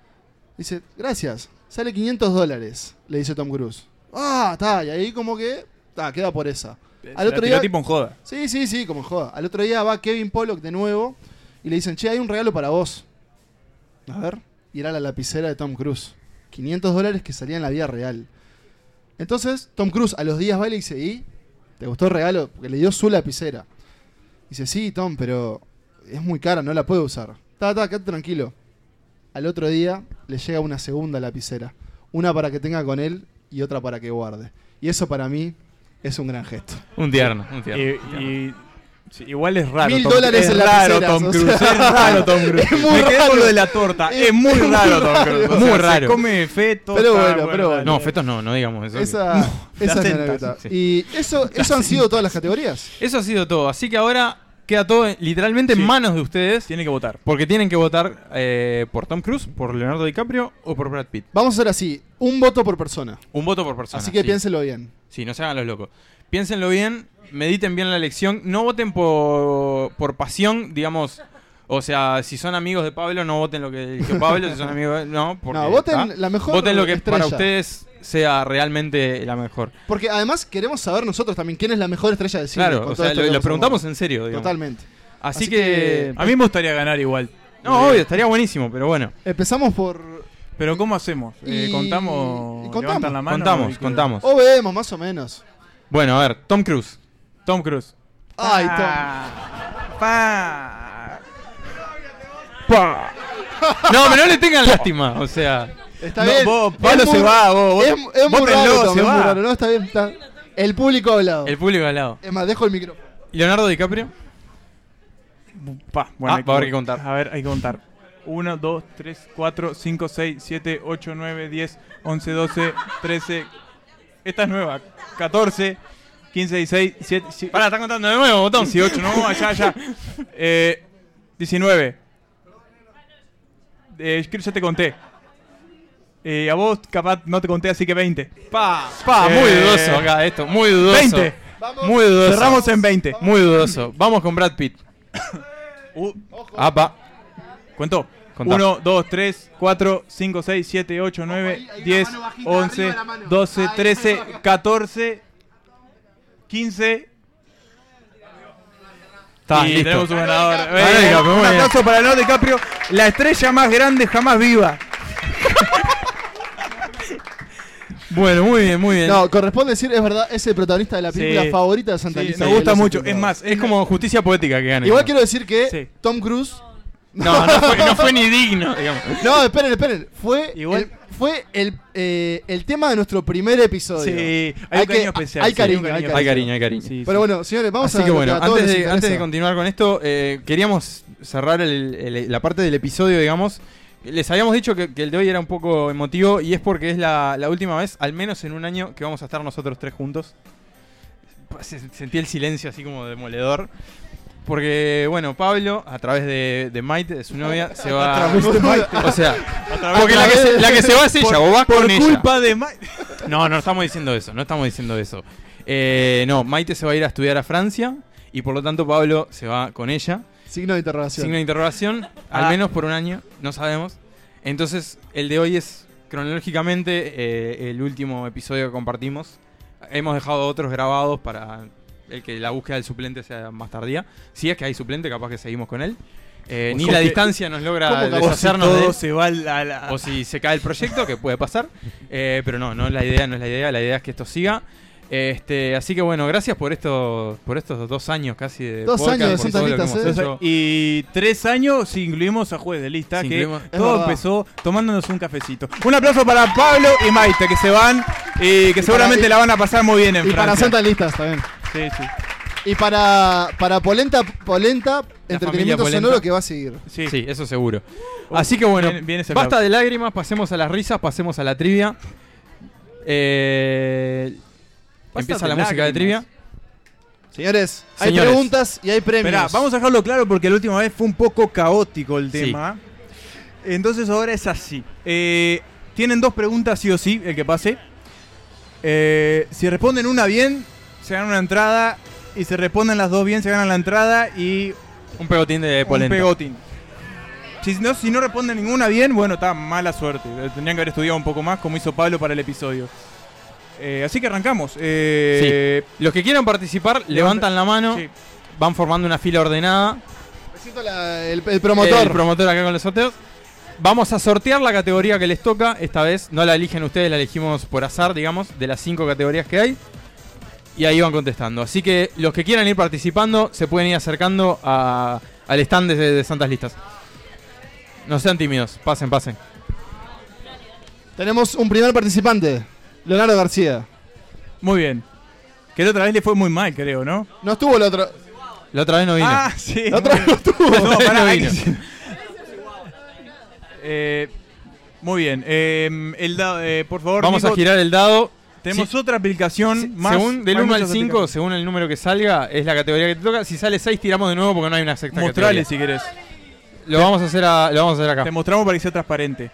[SPEAKER 2] Dice, gracias. Sale 500 dólares, le dice Tom Cruise. Ah, está. Y ahí como que, está, queda por esa. Al
[SPEAKER 3] Al
[SPEAKER 2] otro día...
[SPEAKER 3] tipo en joda.
[SPEAKER 2] Sí, sí, sí, como joda. Al otro día va Kevin Pollock de nuevo y le dicen, che, hay un regalo para vos. A ver. Y era la lapicera de Tom Cruise. 500 dólares que salía en la vida real. Entonces, Tom Cruise a los días va y le dice, ¿y? ¿Te gustó el regalo? Porque le dio su lapicera. Dice, sí, Tom, pero es muy cara, no la puedo usar. Ta, ta, quédate tranquilo. Al otro día le llega una segunda lapicera. Una para que tenga con él y otra para que guarde. Y eso para mí es un gran gesto.
[SPEAKER 1] Un tierno, un
[SPEAKER 3] Y,
[SPEAKER 1] tierno. un tierno.
[SPEAKER 3] eh, y- sí, igual es raro.
[SPEAKER 2] Mil
[SPEAKER 3] Tom-
[SPEAKER 2] dólares
[SPEAKER 3] es
[SPEAKER 2] en
[SPEAKER 3] raro
[SPEAKER 2] lapiceras,
[SPEAKER 3] Tom
[SPEAKER 2] o
[SPEAKER 3] Cruise.
[SPEAKER 2] sea.
[SPEAKER 3] Es raro Tom Cruise.
[SPEAKER 2] Es muy
[SPEAKER 3] Me quedé
[SPEAKER 2] raro.
[SPEAKER 3] con lo de la torta.
[SPEAKER 2] Es
[SPEAKER 3] Es muy
[SPEAKER 2] muy
[SPEAKER 3] raro Tom Cruise.
[SPEAKER 1] raro.
[SPEAKER 3] O sea,
[SPEAKER 1] Muy
[SPEAKER 3] se
[SPEAKER 1] raro.
[SPEAKER 3] come feto.
[SPEAKER 2] Pero
[SPEAKER 3] está,
[SPEAKER 2] bueno, pero bueno.
[SPEAKER 1] No, fetos no, no digamos eso.
[SPEAKER 2] Esa, esa es mi
[SPEAKER 3] sentas,
[SPEAKER 2] anécdota.
[SPEAKER 1] sí.
[SPEAKER 2] Y eso, eso han sido todas las categorías.
[SPEAKER 1] Eso ha sido todo. Así que ahora queda todo en- literalmente
[SPEAKER 3] Sí.
[SPEAKER 1] en manos de ustedes.
[SPEAKER 3] Tiene que votar.
[SPEAKER 1] Porque tienen que votar eh, por Tom Cruise, por Leonardo DiCaprio o por Brad Pitt.
[SPEAKER 2] Vamos a hacer así, un voto por persona.
[SPEAKER 1] Un voto por persona.
[SPEAKER 2] así que
[SPEAKER 1] sí.
[SPEAKER 2] piénselo bien.
[SPEAKER 1] Sí, no se hagan los locos. Piénsenlo bien, mediten bien la elección. No voten por, por pasión, digamos. O sea, si son amigos de Pablo, no voten lo que eligió Pablo. si son amigos de- No, porque
[SPEAKER 2] No, voten
[SPEAKER 1] está.
[SPEAKER 2] la mejor
[SPEAKER 1] Voten lo que
[SPEAKER 2] estrella.
[SPEAKER 1] para ustedes sea realmente la mejor.
[SPEAKER 2] Porque además queremos saber nosotros también quién es la mejor estrella del cine.
[SPEAKER 1] claro,
[SPEAKER 2] con
[SPEAKER 1] o
[SPEAKER 2] todo
[SPEAKER 1] sea,
[SPEAKER 2] esto
[SPEAKER 1] lo,
[SPEAKER 2] que
[SPEAKER 1] lo
[SPEAKER 2] hemos
[SPEAKER 1] preguntamos
[SPEAKER 2] armado.
[SPEAKER 1] en serio. digamos.
[SPEAKER 2] Totalmente.
[SPEAKER 1] Así,
[SPEAKER 2] Así
[SPEAKER 1] que...
[SPEAKER 2] que-
[SPEAKER 3] A mí me gustaría ganar igual.
[SPEAKER 1] No, obvio, estaría buenísimo, pero bueno.
[SPEAKER 2] Empezamos por...
[SPEAKER 3] Pero ¿cómo hacemos? Eh,
[SPEAKER 2] Y-
[SPEAKER 3] contamos,
[SPEAKER 2] y contamos.
[SPEAKER 3] levantan la mano.
[SPEAKER 1] contamos,
[SPEAKER 3] y que-
[SPEAKER 1] contamos.
[SPEAKER 2] O vemos, más o menos.
[SPEAKER 1] Bueno, a ver, Tom Cruise.
[SPEAKER 3] Tom Cruise.
[SPEAKER 2] Ay, Tom.
[SPEAKER 3] Ah. Pa. Pa.
[SPEAKER 1] No, pero no le tengan lástima, o sea.
[SPEAKER 2] Está
[SPEAKER 3] No,
[SPEAKER 2] bien.
[SPEAKER 3] vos,
[SPEAKER 2] Es
[SPEAKER 3] Pablo se
[SPEAKER 2] muy-
[SPEAKER 3] va, vos, vos-
[SPEAKER 2] Es, es muy
[SPEAKER 3] vótenlo,
[SPEAKER 2] raro, Tom,
[SPEAKER 3] se
[SPEAKER 2] es muy
[SPEAKER 3] va.
[SPEAKER 2] raro. No, está bien. está- El público ha hablado.
[SPEAKER 1] El público al lado.
[SPEAKER 2] Es más, dejo el micrófono.
[SPEAKER 1] Leonardo DiCaprio.
[SPEAKER 3] Pa. Bueno,
[SPEAKER 1] Ah,
[SPEAKER 3] hay
[SPEAKER 1] va a haber que contar.
[SPEAKER 3] A ver, hay que contar. 1, 2, 3, 4, 5, 6, 7, 8, 9, 10, 11, 12, 13. Esta es nueva. 14, 15, 16, 17. si-
[SPEAKER 1] Pará, está contando de nuevo, botón.
[SPEAKER 3] 18, no, allá, allá. Eh, 19. Eh, creo que ya te conté. Eh, a vos capaz no te conté, así que 20.
[SPEAKER 1] Pa, pa, muy
[SPEAKER 3] Eh,
[SPEAKER 1] dudoso acá esto, muy dudoso.
[SPEAKER 3] 20.
[SPEAKER 1] Muy dudoso.
[SPEAKER 3] Cerramos en 20.
[SPEAKER 1] Muy dudoso. Vamos con Brad Pitt.
[SPEAKER 3] Uh,
[SPEAKER 1] Apa.
[SPEAKER 3] ¿Cuento?
[SPEAKER 1] Contá.
[SPEAKER 3] 1, 2, 3, 4, 5, 6, 7, 8, 9,
[SPEAKER 2] ahí, hay una
[SPEAKER 3] 10,
[SPEAKER 2] mano bajita, arriba
[SPEAKER 3] 11,
[SPEAKER 2] la mano.
[SPEAKER 3] 12,
[SPEAKER 2] Ahí,
[SPEAKER 3] 13,
[SPEAKER 2] ahí, ahí.
[SPEAKER 3] 14, 15.
[SPEAKER 1] Está,
[SPEAKER 3] y
[SPEAKER 1] listo. pues,
[SPEAKER 3] tenemos un ganador.
[SPEAKER 1] DiCaprio. Ganó
[SPEAKER 3] Eh,
[SPEAKER 1] DiCaprio, muy
[SPEAKER 3] un
[SPEAKER 1] bien.
[SPEAKER 3] aplauso para Leonardo DiCaprio, la estrella más grande jamás viva.
[SPEAKER 1] Bueno, muy bien, muy bien.
[SPEAKER 2] No, corresponde decir, es verdad, es el protagonista de la película
[SPEAKER 3] Sí.
[SPEAKER 2] favorita de Santa
[SPEAKER 3] Sí,
[SPEAKER 2] Lisa.
[SPEAKER 3] me
[SPEAKER 2] y de
[SPEAKER 3] gusta
[SPEAKER 2] los
[SPEAKER 3] mucho. Es
[SPEAKER 2] Infiltrados.
[SPEAKER 3] más,
[SPEAKER 1] es como justicia poética que gane.
[SPEAKER 2] Igual quiero decir que
[SPEAKER 3] Sí.
[SPEAKER 2] Tom Cruise.
[SPEAKER 1] No, no fue, no fue ni digno, digamos.
[SPEAKER 2] No, esperen, esperen. Fue,
[SPEAKER 3] Igual-
[SPEAKER 2] el, fue el, eh, el tema de nuestro primer episodio.
[SPEAKER 3] Sí, hay
[SPEAKER 2] Hay
[SPEAKER 3] un
[SPEAKER 2] que-
[SPEAKER 3] cariño especial.
[SPEAKER 2] hay
[SPEAKER 3] sí,
[SPEAKER 2] cariño,
[SPEAKER 3] un
[SPEAKER 2] hay
[SPEAKER 1] Hay cariño, hay cariño.
[SPEAKER 3] Sí,
[SPEAKER 2] Pero
[SPEAKER 3] sí.
[SPEAKER 2] bueno, señores, vamos
[SPEAKER 1] Así
[SPEAKER 2] a
[SPEAKER 1] que
[SPEAKER 2] lo
[SPEAKER 1] bueno,
[SPEAKER 2] a todos
[SPEAKER 1] antes
[SPEAKER 2] les
[SPEAKER 1] de, antes de
[SPEAKER 2] interesa.
[SPEAKER 1] continuar con esto, eh, queríamos cerrar el- el- la parte del episodio, digamos. Les habíamos dicho que, que el de hoy era un poco emotivo y es porque es la, la última vez, al menos en un año, que vamos a estar nosotros tres juntos. Se- Sentí el silencio así como demoledor. Porque, bueno, Pablo, a través de, de Maite, de su novia, se va. O sea, Ah, porque la que, se, la que se va es ella, vos vas con
[SPEAKER 3] Por
[SPEAKER 1] ella.
[SPEAKER 3] culpa de Ma-
[SPEAKER 1] No, no estamos diciendo eso, no estamos diciendo eso. Eh, no, Maite se va a ir a estudiar a Francia y por lo tanto Pablo se va con ella.
[SPEAKER 2] Signo de interrogación.
[SPEAKER 1] Signo de interrogación, al
[SPEAKER 3] Ah.
[SPEAKER 1] menos por un año, no sabemos. Entonces, el de hoy es cronológicamente eh, el último episodio que compartimos. Hemos dejado otros grabados para el que la búsqueda del suplente sea más tardía. Si es que hay suplente, capaz que seguimos con él. Eh,
[SPEAKER 3] O
[SPEAKER 1] ni
[SPEAKER 3] sea
[SPEAKER 1] la
[SPEAKER 3] Pues que-
[SPEAKER 1] distancia nos logra
[SPEAKER 2] ¿Cómo que
[SPEAKER 3] O si
[SPEAKER 1] deshacernos de él
[SPEAKER 2] eh.
[SPEAKER 3] todo se va a la, la-
[SPEAKER 1] o si se cae el proyecto, que puede pasar. Eh, pero no, no es la idea, no es la idea. La idea es que esto siga. Este, así que bueno, gracias por estos, por estos dos años casi de
[SPEAKER 2] Dos
[SPEAKER 1] podcast,
[SPEAKER 2] años de
[SPEAKER 1] por
[SPEAKER 2] Santa
[SPEAKER 1] todo lo que
[SPEAKER 2] Rita,
[SPEAKER 1] hemos
[SPEAKER 2] ¿eh?
[SPEAKER 1] hecho.
[SPEAKER 3] Y tres años si incluimos a Juez de Lista,
[SPEAKER 1] Si
[SPEAKER 3] que
[SPEAKER 1] incluimos-
[SPEAKER 2] Es
[SPEAKER 3] todo
[SPEAKER 2] verdad.
[SPEAKER 3] empezó tomándonos un cafecito. Un aplauso para Pablo y Maite, que se van y que
[SPEAKER 2] Y
[SPEAKER 3] seguramente
[SPEAKER 2] para- y-
[SPEAKER 3] la van a pasar muy bien en
[SPEAKER 2] Y para
[SPEAKER 3] Francia.
[SPEAKER 2] Santa Listas también.
[SPEAKER 3] Sí, sí.
[SPEAKER 2] Y para, para Polenta, Polenta
[SPEAKER 1] familia
[SPEAKER 2] entretenimiento
[SPEAKER 1] Polenta.
[SPEAKER 2] sonoro que va a seguir.
[SPEAKER 3] Sí.
[SPEAKER 1] Sí, eso seguro.
[SPEAKER 3] Uh.
[SPEAKER 1] Así que bueno,
[SPEAKER 3] Viene- viene ese
[SPEAKER 1] basta
[SPEAKER 3] aplauso.
[SPEAKER 1] de lágrimas, pasemos a las risas, pasemos a la trivia. Eh,
[SPEAKER 3] Basta
[SPEAKER 1] empieza
[SPEAKER 3] de
[SPEAKER 1] la música de trivia.
[SPEAKER 3] lágrimas.
[SPEAKER 2] Señores, hay
[SPEAKER 1] Señores.
[SPEAKER 2] preguntas y hay premios.
[SPEAKER 3] Esperá, vamos a dejarlo claro porque la última vez fue un poco caótico el
[SPEAKER 1] Sí.
[SPEAKER 3] tema. Entonces ahora es así. Eh, tienen dos preguntas sí o sí, el que pase. Eh, si responden una bien, se ganan una entrada. Y si responden las dos bien, se ganan la entrada y
[SPEAKER 1] Un pegotín de polenta.
[SPEAKER 3] un pegotín. Si no, si no responden ninguna bien, bueno, está mala suerte. Eh, Tendrían que haber estudiado un poco más como hizo Pablo para el episodio. Eh, así que arrancamos. Eh,
[SPEAKER 1] Los que quieran participar,
[SPEAKER 3] Levanta-
[SPEAKER 1] levantan la mano,
[SPEAKER 3] sí.
[SPEAKER 1] van formando una fila ordenada.
[SPEAKER 2] Me siento la- el, el promotor.
[SPEAKER 1] El promotor acá con los sorteos. Vamos a sortear la categoría que les toca. Esta vez no la eligen ustedes, la elegimos por azar, digamos, de las cinco categorías que hay. Y ahí van contestando. Así que los que quieran ir participando se pueden ir acercando a- al stand de, de Santas Listas. No sean tímidos, pasen, pasen.
[SPEAKER 2] Tenemos un primer participante, Leonardo García.
[SPEAKER 3] Muy bien. Que la otra vez le fue muy mal, creo, ¿no?
[SPEAKER 2] No estuvo el otro.
[SPEAKER 1] La otra vez no vino.
[SPEAKER 3] Ah, sí.
[SPEAKER 2] La otra vez no estuvo.
[SPEAKER 3] No, pará,
[SPEAKER 1] No
[SPEAKER 3] hay que-
[SPEAKER 1] vino.
[SPEAKER 3] Eh, muy bien. eh, el dado, eh, por favor,
[SPEAKER 1] Vamos a
[SPEAKER 3] Nico,
[SPEAKER 1] girar el dado.
[SPEAKER 3] Tenemos
[SPEAKER 1] Sí.
[SPEAKER 3] otra aplicación
[SPEAKER 1] Se-
[SPEAKER 3] más.
[SPEAKER 1] según del
[SPEAKER 3] hay
[SPEAKER 1] 1 al
[SPEAKER 3] muchas
[SPEAKER 1] 5, según el número que salga, es la categoría que te toca. Si sale 6, tiramos de nuevo porque no hay una sexta
[SPEAKER 3] aplicaciones. Mostrale
[SPEAKER 1] categoría.
[SPEAKER 3] si querés.
[SPEAKER 1] Lo vamos a hacer, a- lo vamos a hacer acá.
[SPEAKER 3] Te mostramos para que sea transparente.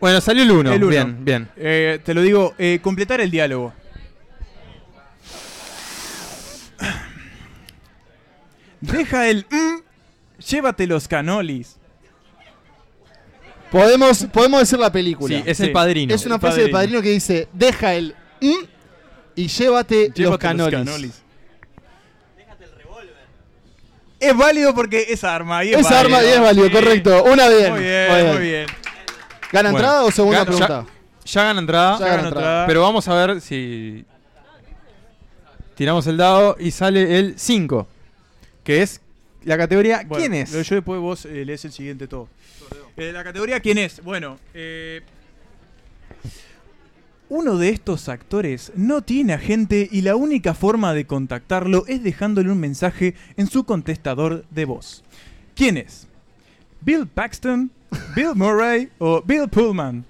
[SPEAKER 1] Bueno, salió el 1.
[SPEAKER 3] El uno.
[SPEAKER 1] Bien, bien.
[SPEAKER 3] Eh, te lo digo, eh, completar el diálogo. Deja el mm, llévate los canolis.
[SPEAKER 2] Podemos, podemos decir la película.
[SPEAKER 1] Sí, es
[SPEAKER 3] Sí.
[SPEAKER 1] el padrino.
[SPEAKER 2] es una
[SPEAKER 3] el
[SPEAKER 2] frase del
[SPEAKER 3] padrino.
[SPEAKER 2] padrino que dice: deja el mm y llévate, los
[SPEAKER 3] Llévate
[SPEAKER 2] canolis.
[SPEAKER 3] Es válido porque es arma. y es
[SPEAKER 2] Esa arma
[SPEAKER 3] válido.
[SPEAKER 2] y es válido,
[SPEAKER 3] Sí.
[SPEAKER 2] correcto. Una bien.
[SPEAKER 3] Muy bien,
[SPEAKER 2] muy bien.
[SPEAKER 3] muy bien.
[SPEAKER 2] ¿Gana
[SPEAKER 1] Bueno,
[SPEAKER 2] entrada o segunda
[SPEAKER 1] gana-
[SPEAKER 2] pregunta?
[SPEAKER 1] Ya gana entrada.
[SPEAKER 2] Ya gana
[SPEAKER 3] Gana
[SPEAKER 2] entrada.
[SPEAKER 3] otra.
[SPEAKER 1] Pero vamos a ver si. Tiramos el dado y sale el 5. Que es la categoría
[SPEAKER 3] Bueno,
[SPEAKER 1] ¿Quién es?
[SPEAKER 3] lo Yo después vos eh, lees el siguiente todo. Eh, la categoría ¿Quién es? Bueno, eh, uno de estos actores no tiene agente y la única forma de contactarlo es dejándole un mensaje en su contestador de voz. ¿Quién es? ¿Bill Paxton? ¿Bill Murray? ¿O Bill Pullman?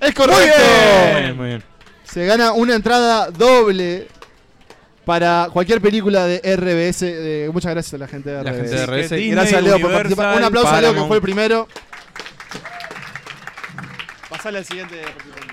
[SPEAKER 2] ¡Es correcto!
[SPEAKER 1] Muy
[SPEAKER 3] bien.
[SPEAKER 1] bien, muy bien.
[SPEAKER 2] Se gana una entrada doble para cualquier película de RBS. de- muchas gracias a la gente de
[SPEAKER 1] La
[SPEAKER 2] RBS.
[SPEAKER 1] gente de RBS.
[SPEAKER 3] Disney,
[SPEAKER 2] Gracias a Leo por
[SPEAKER 3] Universal,
[SPEAKER 2] participar. Un aplauso a Leo que
[SPEAKER 1] Paramount.
[SPEAKER 2] fue el primero.
[SPEAKER 4] pasarle al siguiente participante.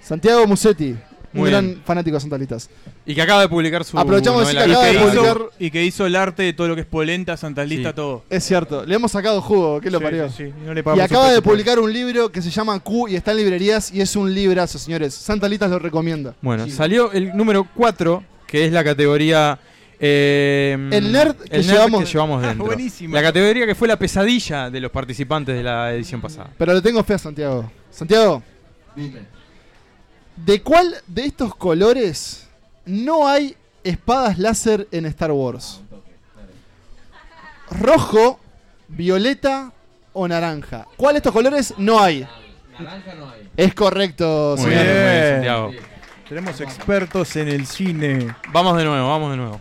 [SPEAKER 2] Santiago Musetti, un
[SPEAKER 1] Muy
[SPEAKER 2] gran
[SPEAKER 1] bien.
[SPEAKER 2] fanático de Santa Litas.
[SPEAKER 1] Y que acaba de publicar su.
[SPEAKER 2] Aprovechamos de decir
[SPEAKER 1] novela
[SPEAKER 2] que acaba de
[SPEAKER 1] gráfica.
[SPEAKER 2] publicar-
[SPEAKER 3] Y que hizo el arte de todo lo que es polenta, Santa Lista,
[SPEAKER 1] Sí.
[SPEAKER 3] todo.
[SPEAKER 2] Es cierto, le hemos sacado jugo, ¿qué lo
[SPEAKER 3] Sí,
[SPEAKER 2] parió?
[SPEAKER 3] sí, sí, no le
[SPEAKER 2] Y
[SPEAKER 3] pagamos
[SPEAKER 2] acaba
[SPEAKER 3] un
[SPEAKER 2] de
[SPEAKER 3] peso por eso.
[SPEAKER 2] publicar un libro que se llama Q y está en librerías y es un librazo, señores. Santa Litas lo recomienda.
[SPEAKER 1] Bueno, salió el número 4, que es la categoría. eh,
[SPEAKER 2] El nerd que
[SPEAKER 1] el
[SPEAKER 2] llevamos-
[SPEAKER 1] llevamos
[SPEAKER 3] Ah,
[SPEAKER 1] dentro.
[SPEAKER 3] buenísimo.
[SPEAKER 1] La categoría que fue la pesadilla de los participantes de la edición pasada.
[SPEAKER 2] Pero le tengo fe a Santiago. Santiago,
[SPEAKER 5] Dime.
[SPEAKER 2] ¿de cuál de estos colores no hay espadas láser en Star
[SPEAKER 5] Ah,
[SPEAKER 2] Wars? ¿Rojo, violeta o naranja? ¿Cuál de estos colores no hay?
[SPEAKER 5] Naranja no hay.
[SPEAKER 2] Es correcto,
[SPEAKER 1] Muy
[SPEAKER 2] señor.
[SPEAKER 1] bien, muy bien,
[SPEAKER 3] bien.
[SPEAKER 1] Santiago.
[SPEAKER 3] Tenemos expertos en el cine.
[SPEAKER 1] Vamos de nuevo, vamos de nuevo.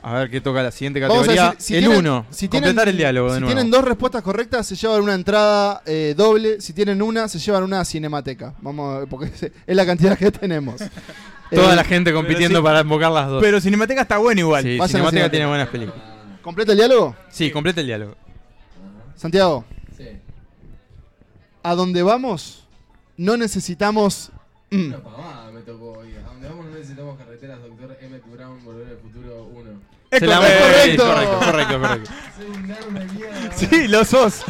[SPEAKER 1] A ver qué toca la siguiente
[SPEAKER 2] Vamos a
[SPEAKER 1] categoría.
[SPEAKER 2] decir, si
[SPEAKER 1] el
[SPEAKER 2] tienen-
[SPEAKER 1] 1.
[SPEAKER 2] si tienen-
[SPEAKER 1] completar el diálogo de
[SPEAKER 2] si
[SPEAKER 1] nuevo.
[SPEAKER 2] tienen dos respuestas correctas, se llevan una entrada eh, doble. Si tienen una, se llevan una cinemateca. Vamos, a ver, porque es es la cantidad que tenemos.
[SPEAKER 1] Toda
[SPEAKER 2] Eh,
[SPEAKER 1] la gente compitiendo
[SPEAKER 3] sí.
[SPEAKER 1] para invocar las dos.
[SPEAKER 3] Pero Cinemateca está bueno igual.
[SPEAKER 1] Sí,
[SPEAKER 2] Vayan a
[SPEAKER 1] Cinemática
[SPEAKER 2] Cinemática.
[SPEAKER 1] tiene buenas películas.
[SPEAKER 2] ¿Completa el diálogo?
[SPEAKER 1] Sí, completa el diálogo.
[SPEAKER 2] Santiago,
[SPEAKER 5] Sí.
[SPEAKER 2] ¿a dónde vamos? No necesitamos... mm.
[SPEAKER 5] Una pavada Ah, me tocó hoy. A donde vamos no necesitamos carreteras, doctor M. Brown, volver al futuro 1.
[SPEAKER 3] Es
[SPEAKER 1] Se la-
[SPEAKER 3] correcto.
[SPEAKER 1] sí,
[SPEAKER 2] correcto.
[SPEAKER 1] correcto, correcto, correcto.
[SPEAKER 5] Soy un nerd de mierda.
[SPEAKER 3] Sí, lo sos.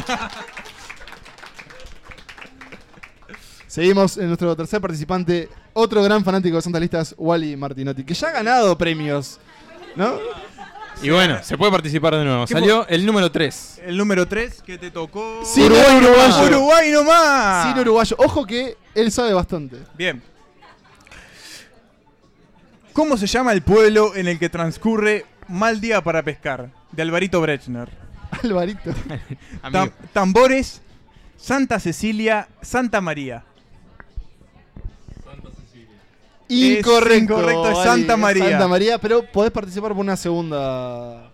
[SPEAKER 2] Seguimos en nuestro tercer participante, otro gran fanático de Santa Listas, Wally Martinotti, que ya ha ganado premios. ¿No?
[SPEAKER 1] Y bueno, se puede participar de nuevo.
[SPEAKER 3] ¿Qué
[SPEAKER 1] Salió el número 3.
[SPEAKER 3] El número 3 que te tocó.
[SPEAKER 2] Sin
[SPEAKER 1] Uruguay,
[SPEAKER 2] uruguayo.
[SPEAKER 1] uruguayo.
[SPEAKER 3] Uruguay
[SPEAKER 1] Ah.
[SPEAKER 3] nomás.
[SPEAKER 2] Sin uruguayo. Ojo que él sabe bastante.
[SPEAKER 3] Bien. ¿Cómo se llama el pueblo en el que transcurre Mal Día para Pescar? De Alvarito Brechner.
[SPEAKER 2] Alvarito.
[SPEAKER 3] Tam- tambores, Santa Cecilia, Santa María.
[SPEAKER 2] Incorrecto.
[SPEAKER 3] incorrecto, es
[SPEAKER 2] Wally,
[SPEAKER 3] Santa María.
[SPEAKER 2] Santa María, pero podés participar por una segunda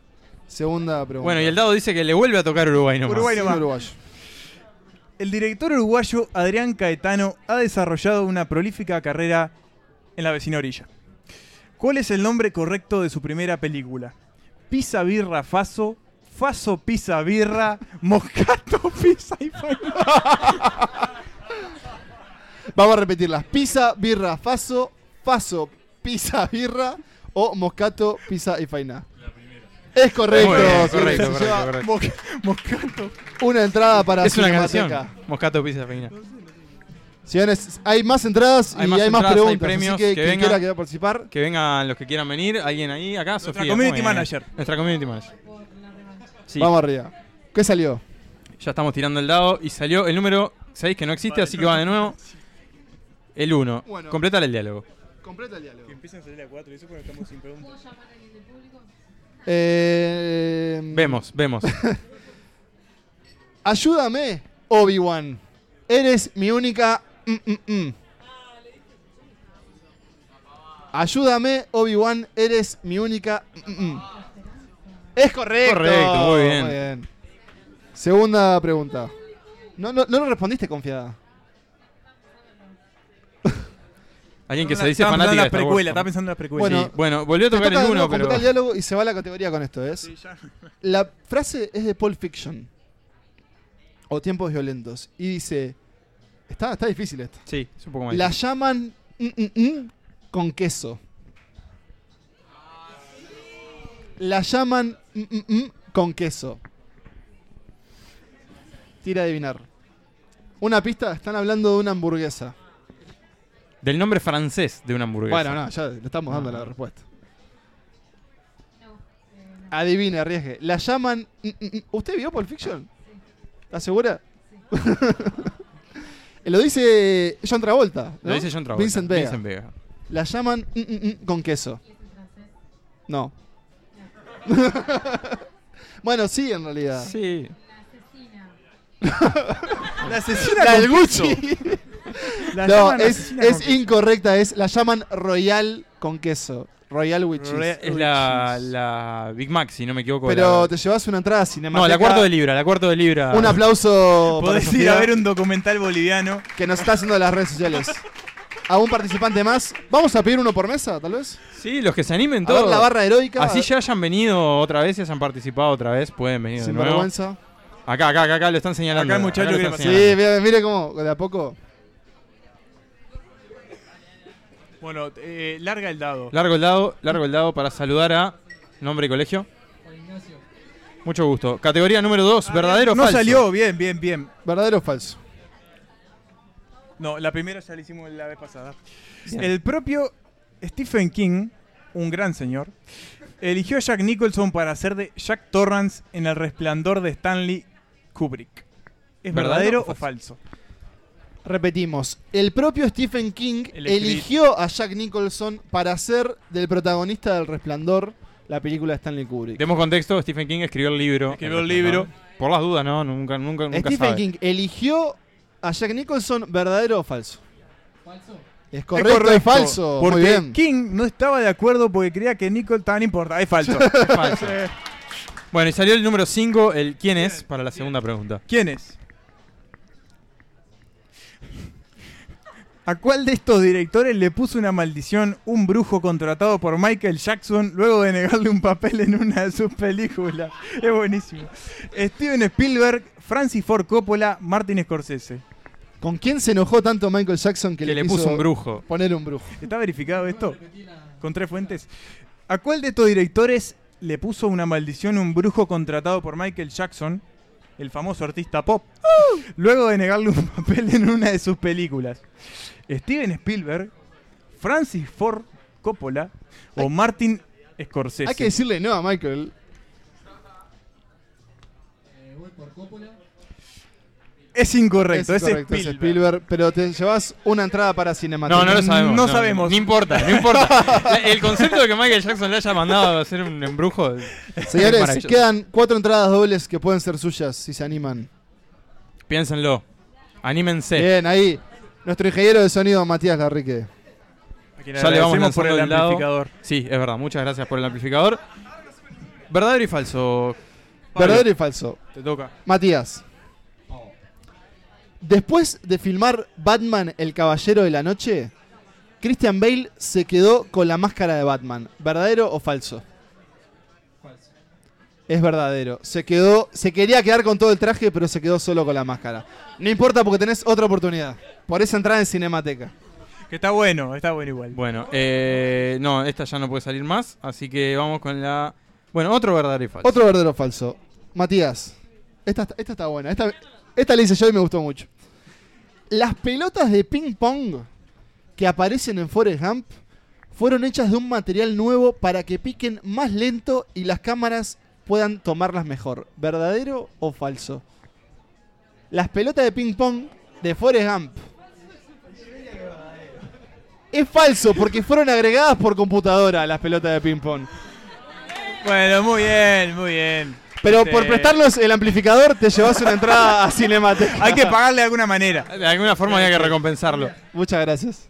[SPEAKER 2] segunda pregunta.
[SPEAKER 1] Bueno, y el dado dice que le vuelve a tocar Uruguay nomás.
[SPEAKER 3] Uruguay.
[SPEAKER 2] Sin
[SPEAKER 3] nomás.
[SPEAKER 2] uruguayo.
[SPEAKER 3] El director uruguayo Adrián Caetano ha desarrollado una prolífica carrera en la vecina orilla. ¿Cuál es el nombre correcto de su primera película? Pisa Birra Faso, Faso Pisa Birra, Moscato Pisa y Faso.
[SPEAKER 2] Vamos a repetirlas. Pisa, birra, faso, faso, pisa, birra o moscato, pisa y faina. La primera. Es correcto.
[SPEAKER 1] Muy bien,
[SPEAKER 2] señores.
[SPEAKER 1] correcto,
[SPEAKER 2] Se
[SPEAKER 1] correcto,
[SPEAKER 2] lleva
[SPEAKER 1] correcto.
[SPEAKER 3] Mosca- Moscato.
[SPEAKER 2] Una entrada para
[SPEAKER 1] Es una
[SPEAKER 2] Cinemateca.
[SPEAKER 1] canción. Moscato Pizza Reina.
[SPEAKER 2] Señores, hay más entradas y
[SPEAKER 1] Hay más
[SPEAKER 2] hay más
[SPEAKER 1] entradas, hay
[SPEAKER 2] preguntas.
[SPEAKER 1] premios,
[SPEAKER 2] así que,
[SPEAKER 1] que
[SPEAKER 2] quien
[SPEAKER 1] venga.
[SPEAKER 2] quiera que va a participar.
[SPEAKER 1] Que vengan los que quieran venir. Alguien ahí, acá, Nuestra
[SPEAKER 3] community manager.
[SPEAKER 1] Nuestra community manager. Sí,
[SPEAKER 2] Vamos arriba. ¿Qué salió?
[SPEAKER 1] ya estamos tirando el dado y salió el número 6 que no existe, así que va de nuevo. El 1.
[SPEAKER 2] Bueno.
[SPEAKER 1] Completar el diálogo.
[SPEAKER 2] Completa el diálogo.
[SPEAKER 3] Empiezan a salir a 4 y eso porque estamos sin preguntas.
[SPEAKER 2] Eh,
[SPEAKER 1] Vemos, vemos.
[SPEAKER 2] Ayúdame, Obi-Wan. Eres mi única. mm, mm, mm. Ayúdame, Obi-Wan. Eres mi única. mm, mm, mm. Es correcto.
[SPEAKER 1] Correcto, muy bien.
[SPEAKER 2] Segunda pregunta. No, no, no lo respondiste confiada.
[SPEAKER 1] Alguien que se dice fanática de
[SPEAKER 3] Está
[SPEAKER 1] Star Wars.
[SPEAKER 3] precuela, está pensando en la precuela.
[SPEAKER 1] Sí,
[SPEAKER 2] Bueno,
[SPEAKER 1] bueno, volvió a tocar
[SPEAKER 2] Toca
[SPEAKER 1] el
[SPEAKER 2] de
[SPEAKER 1] 1,
[SPEAKER 2] nuevo
[SPEAKER 1] pero.
[SPEAKER 2] completar el diálogo y se va la categoría con esto, ¿es? La frase es de Pulp Fiction. O Tiempos Violentos. Y dice... Está, está difícil esto.
[SPEAKER 1] Sí, es un poco más.
[SPEAKER 2] La
[SPEAKER 1] difícil.
[SPEAKER 2] llaman mm, mm, mm, con queso. La llaman mm, mm, mm, con queso. Tira a adivinar. Una pista, están hablando de una hamburguesa.
[SPEAKER 1] Del nombre francés de una hamburguesa. Ah.
[SPEAKER 2] Bueno, no, ya le estamos dando la respuesta. Adivina, arriesgue. La llaman. mm, mm, mm. ¿Usted vio Pulp Fiction? ¿Estás segura? Eh, Lo dice John Travolta. ¿no?
[SPEAKER 1] Lo dice John Travolta.
[SPEAKER 2] Vincent Vega.
[SPEAKER 1] Vincent Vega.
[SPEAKER 2] La llaman mm, mm, mm, con queso. No. bueno, sí, en realidad.
[SPEAKER 1] Sí.
[SPEAKER 3] La asesina
[SPEAKER 2] La del
[SPEAKER 3] con queso.
[SPEAKER 2] Gucci.
[SPEAKER 3] La
[SPEAKER 2] No,
[SPEAKER 3] llaman
[SPEAKER 2] es,
[SPEAKER 3] asesina
[SPEAKER 2] es
[SPEAKER 3] con queso.
[SPEAKER 2] incorrecta. Es, la llaman Royal con queso. Royal with cheese.
[SPEAKER 3] Royal-
[SPEAKER 1] Es la, la Big Mac, si no me equivoco.
[SPEAKER 2] Pero
[SPEAKER 1] la-
[SPEAKER 2] te llevas una entrada cinemática.
[SPEAKER 1] No, la cuarto de libra, la cuarto de libra.
[SPEAKER 2] Un aplauso para
[SPEAKER 3] Podés ir
[SPEAKER 2] Sofía,
[SPEAKER 3] a ver un documental boliviano.
[SPEAKER 2] que nos está haciendo las redes sociales. A un participante más. Vamos a pedir uno por mesa, tal vez.
[SPEAKER 1] Sí, los que se animen
[SPEAKER 2] A ver
[SPEAKER 1] todos.
[SPEAKER 2] la barra heroica.
[SPEAKER 1] Así ya hayan venido otra vez y hayan participado otra vez, pueden venir de
[SPEAKER 2] Sin
[SPEAKER 1] nuevo.
[SPEAKER 2] vergüenza.
[SPEAKER 1] Acá, acá, acá, acá lo están señalando.
[SPEAKER 3] Acá el muchacho
[SPEAKER 1] lo
[SPEAKER 3] quiere
[SPEAKER 1] están
[SPEAKER 3] pasar.
[SPEAKER 2] Sí,
[SPEAKER 1] señalando.
[SPEAKER 2] mire, mire cómo, de a poco.
[SPEAKER 3] Bueno, eh, larga el dado.
[SPEAKER 1] Largo el dado, largo el dado para saludar a nombre y colegio. Mucho gusto. Categoría número 2, verdadero o
[SPEAKER 3] Ah, no
[SPEAKER 1] falso.
[SPEAKER 3] salió, bien, bien, bien.
[SPEAKER 2] ¿Verdadero o falso?
[SPEAKER 3] No, la primera ya la hicimos la vez pasada.
[SPEAKER 1] Bien.
[SPEAKER 3] El propio Stephen King, un gran señor, eligió a Jack Nicholson para hacer de Jack Torrance en El Resplandor de Stanley Kubrick. ¿Es
[SPEAKER 1] ¿Verdadero
[SPEAKER 3] verdadero,
[SPEAKER 1] o
[SPEAKER 3] o falso?
[SPEAKER 2] Repetimos, el propio Stephen King
[SPEAKER 3] El escrit-
[SPEAKER 2] eligió a Jack Nicholson para ser del protagonista del Resplandor, la película de Stanley Kubrick.
[SPEAKER 1] Demos contexto, Stephen King escribió el libro.
[SPEAKER 3] Escribió el libro.
[SPEAKER 1] Por las dudas, no, nunca, nunca, nunca
[SPEAKER 2] Stephen
[SPEAKER 1] sabe.
[SPEAKER 2] King eligió a Jack Nicholson, ¿verdadero o falso?
[SPEAKER 5] Falso.
[SPEAKER 2] Es correcto, es
[SPEAKER 3] correcto,
[SPEAKER 2] falso.
[SPEAKER 3] Porque
[SPEAKER 2] Muy bien.
[SPEAKER 3] King no estaba de acuerdo porque creía que Nicholson tan importaba. Es falso.
[SPEAKER 1] Falso. Bueno, y salió el número 5, el quién es, para la segunda pregunta.
[SPEAKER 3] ¿Quién es? ¿A cuál de estos directores le puso una maldición un brujo contratado por Michael Jackson luego de negarle un papel en una de sus películas? Es buenísimo. Steven Spielberg, Francis Ford Coppola, Martin Scorsese.
[SPEAKER 2] ¿Con quién se enojó tanto Michael Jackson que,
[SPEAKER 1] Que le
[SPEAKER 2] quiso
[SPEAKER 1] puso un brujo.
[SPEAKER 2] Poner un brujo.
[SPEAKER 3] ¿Está verificado esto? Con tres fuentes. ¿A cuál de estos directores le puso una maldición un brujo contratado por Michael Jackson, el famoso artista pop,
[SPEAKER 2] ¡Uh!
[SPEAKER 3] luego de negarle un papel en una de sus películas? ¿Steven Spielberg, Francis Ford Coppola o Martin Scorsese?
[SPEAKER 2] Hay que decirle no a Michael.
[SPEAKER 5] Eh, voy por Coppola.
[SPEAKER 3] es incorrecto, es,
[SPEAKER 2] correcto, es
[SPEAKER 3] Spielberg.
[SPEAKER 2] Spielberg, pero te llevas una entrada para
[SPEAKER 1] No,
[SPEAKER 2] Cinematography.
[SPEAKER 1] no lo sabemos.
[SPEAKER 3] No sabemos.
[SPEAKER 1] No importa, no importa. La- el concepto de que Michael Jackson le haya mandado a hacer un embrujo. es
[SPEAKER 2] Señores,
[SPEAKER 1] maravilloso.
[SPEAKER 2] quedan cuatro entradas dobles que pueden ser suyas si se animan.
[SPEAKER 1] Piénsenlo. Anímense.
[SPEAKER 2] Bien, ahí. Nuestro ingeniero de sonido, Matías Larrique.
[SPEAKER 3] A quien
[SPEAKER 1] Ya le vamos
[SPEAKER 3] agradecemos por
[SPEAKER 1] lanzando
[SPEAKER 3] el
[SPEAKER 1] el lado.
[SPEAKER 3] amplificador.
[SPEAKER 1] Sí, es verdad. Muchas gracias por el amplificador. ¿Verdadero y falso? Pablo,
[SPEAKER 2] ¿Verdadero y falso?
[SPEAKER 1] Te toca.
[SPEAKER 2] Matías.
[SPEAKER 5] Oh.
[SPEAKER 2] Después de filmar Batman el Caballero de la Noche, Christian Bale se quedó con la máscara de Batman. ¿Verdadero o falso?
[SPEAKER 5] Falso.
[SPEAKER 2] Es verdadero. Se quedó, se quería quedar con todo el traje, pero se quedó solo con la máscara. No importa porque tenés otra oportunidad. Por esa entrada en Cinemateca.
[SPEAKER 3] Que está bueno, está bueno igual.
[SPEAKER 1] Bueno, eh, no, esta ya no puede salir más. Así que vamos con la. Bueno, otro verdadero y falso.
[SPEAKER 2] Otro verdadero o falso. Matías, esta, está- esta está buena. Esta, esta la hice yo y me gustó mucho. Las pelotas de ping pong que aparecen en Forrest Gump fueron hechas de un material nuevo para que piquen más lento y las cámaras puedan tomarlas mejor. ¿Verdadero o falso? Las pelotas de ping pong de Forrest Gump. Es falso porque fueron agregadas por computadora las pelotas de ping pong.
[SPEAKER 3] Bueno, muy bien, muy bien.
[SPEAKER 2] Pero
[SPEAKER 3] Sí.
[SPEAKER 2] por prestarnos el amplificador te llevas una entrada a Cinemateca.
[SPEAKER 3] Hay que pagarle de alguna manera.
[SPEAKER 1] De alguna forma había que recompensarlo.
[SPEAKER 2] Muchas gracias.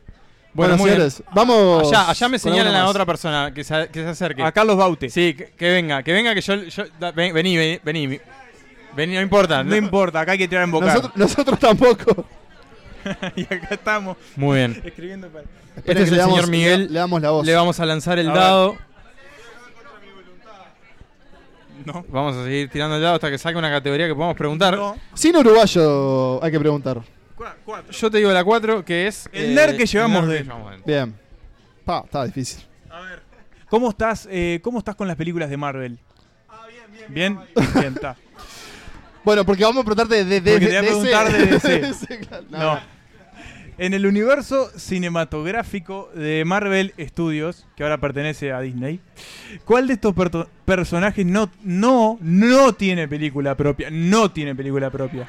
[SPEAKER 2] Bueno,
[SPEAKER 1] Bueno, muy bien.
[SPEAKER 2] señores, vamos.
[SPEAKER 1] Allá, allá
[SPEAKER 2] con
[SPEAKER 1] me señalan
[SPEAKER 2] alguna
[SPEAKER 1] a
[SPEAKER 2] más.
[SPEAKER 1] otra persona que se, que se acerque.
[SPEAKER 3] A Carlos Baute.
[SPEAKER 1] Sí, que, que venga, que venga, que yo. yo da- ven- vení, vení, vení, mi- vení, no importa.
[SPEAKER 3] No importa, acá hay que tirar en boca.
[SPEAKER 2] Nosotros, nosotros tampoco.
[SPEAKER 3] y acá estamos
[SPEAKER 1] Muy bien.
[SPEAKER 3] escribiendo para.
[SPEAKER 2] Espera
[SPEAKER 1] es
[SPEAKER 2] que
[SPEAKER 1] el
[SPEAKER 2] le damos-
[SPEAKER 1] señor Miguel.
[SPEAKER 2] Le, le damos la voz.
[SPEAKER 1] Le vamos a lanzar el
[SPEAKER 3] A ver.
[SPEAKER 1] dado.
[SPEAKER 3] No.
[SPEAKER 1] Vamos a seguir tirando el dado hasta que saque una categoría que podamos preguntar.
[SPEAKER 3] No.
[SPEAKER 2] Sin uruguayo hay que preguntar.
[SPEAKER 3] Cua- cuatro.
[SPEAKER 1] Yo te digo la 4, que es.
[SPEAKER 3] El nerd que llevamos
[SPEAKER 1] el nerd que
[SPEAKER 3] dentro.
[SPEAKER 1] llevamos dentro.
[SPEAKER 2] Bien. Pa, está difícil.
[SPEAKER 3] ¿Cómo estás, eh, ¿Cómo estás con las películas de Marvel? Ah, bien, bien. Bien, bien, está.
[SPEAKER 2] Bueno, porque vamos a preguntarte de, de,
[SPEAKER 3] Porque te voy a
[SPEAKER 2] de
[SPEAKER 3] preguntar de DC.
[SPEAKER 2] claro. No,
[SPEAKER 3] No. En el universo cinematográfico de Marvel Studios, que ahora pertenece a Disney, ¿cuál de estos perto- personajes no, no, no tiene película propia? No tiene película propia.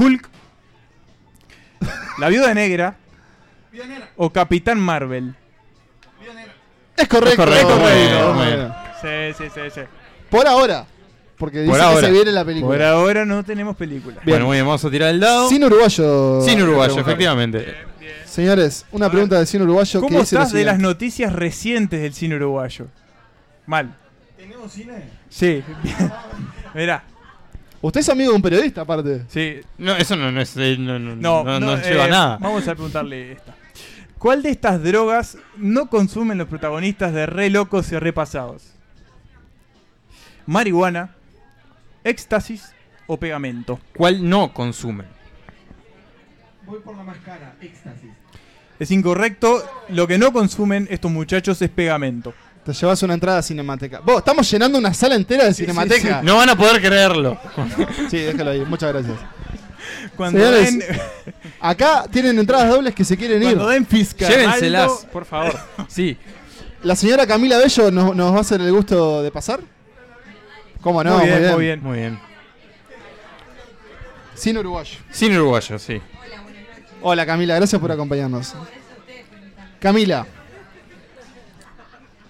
[SPEAKER 3] Hulk, La Viuda Negra o Capitán Marvel.
[SPEAKER 2] Es correcto.
[SPEAKER 1] Es correcto,
[SPEAKER 2] Bueno,
[SPEAKER 1] muy bien, muy
[SPEAKER 2] bueno.
[SPEAKER 1] bien.
[SPEAKER 3] Sí, sí, sí, sí.
[SPEAKER 2] Por ahora. Porque dice que
[SPEAKER 1] ahora.
[SPEAKER 2] se viene la película.
[SPEAKER 3] Por ahora no tenemos película.
[SPEAKER 1] Bueno, muy bien, vamos a tirar el dado. Sin,
[SPEAKER 2] Sin uruguayo.
[SPEAKER 1] uruguayo, Eh,
[SPEAKER 2] Preguntar.
[SPEAKER 1] efectivamente.
[SPEAKER 2] Señores, una
[SPEAKER 3] ver.
[SPEAKER 2] pregunta de sin uruguayo que
[SPEAKER 3] ¿Cómo
[SPEAKER 2] dice lo
[SPEAKER 3] estás de las
[SPEAKER 2] siguiente.
[SPEAKER 3] noticias recientes del cine uruguayo? Mal.
[SPEAKER 5] ¿Tenemos cine?
[SPEAKER 3] Sí. Mirá,
[SPEAKER 2] Usted es amigo de un periodista, aparte.
[SPEAKER 3] sí.
[SPEAKER 1] No, eso no, no es. eh, No, no, no-
[SPEAKER 3] No,
[SPEAKER 1] no
[SPEAKER 3] no,
[SPEAKER 1] lleva
[SPEAKER 3] eh,
[SPEAKER 1] nada.
[SPEAKER 3] Vamos a preguntarle esta. ¿Cuál de estas drogas no consumen los protagonistas de Re Locos y Repasados? Marihuana, éxtasis o pegamento.
[SPEAKER 1] ¿Cuál no consume?
[SPEAKER 5] Voy por la más cara, éxtasis.
[SPEAKER 3] Es incorrecto. Lo que no consumen estos muchachos es pegamento.
[SPEAKER 2] Te llevas una entrada a Cinemateca. Vos, estamos llenando una sala entera de Cinemateca.
[SPEAKER 1] No van a poder creerlo.
[SPEAKER 2] Sí, déjalo ahí. Muchas gracias.
[SPEAKER 3] Cuando
[SPEAKER 2] Señores,
[SPEAKER 3] den,
[SPEAKER 2] Acá tienen entradas dobles que se quieren ir.
[SPEAKER 3] cuando den fiscal.
[SPEAKER 1] Llévenselas, por favor. Sí.
[SPEAKER 2] La señora Camila Bello nos, nos va a hacer el gusto de pasar. ¿Cómo no?
[SPEAKER 3] muy, bien, muy bien.
[SPEAKER 1] Muy bien.
[SPEAKER 2] Sin uruguayo.
[SPEAKER 1] Sin uruguayo, sí.
[SPEAKER 2] Hola Camila, gracias por acompañarnos. Camila.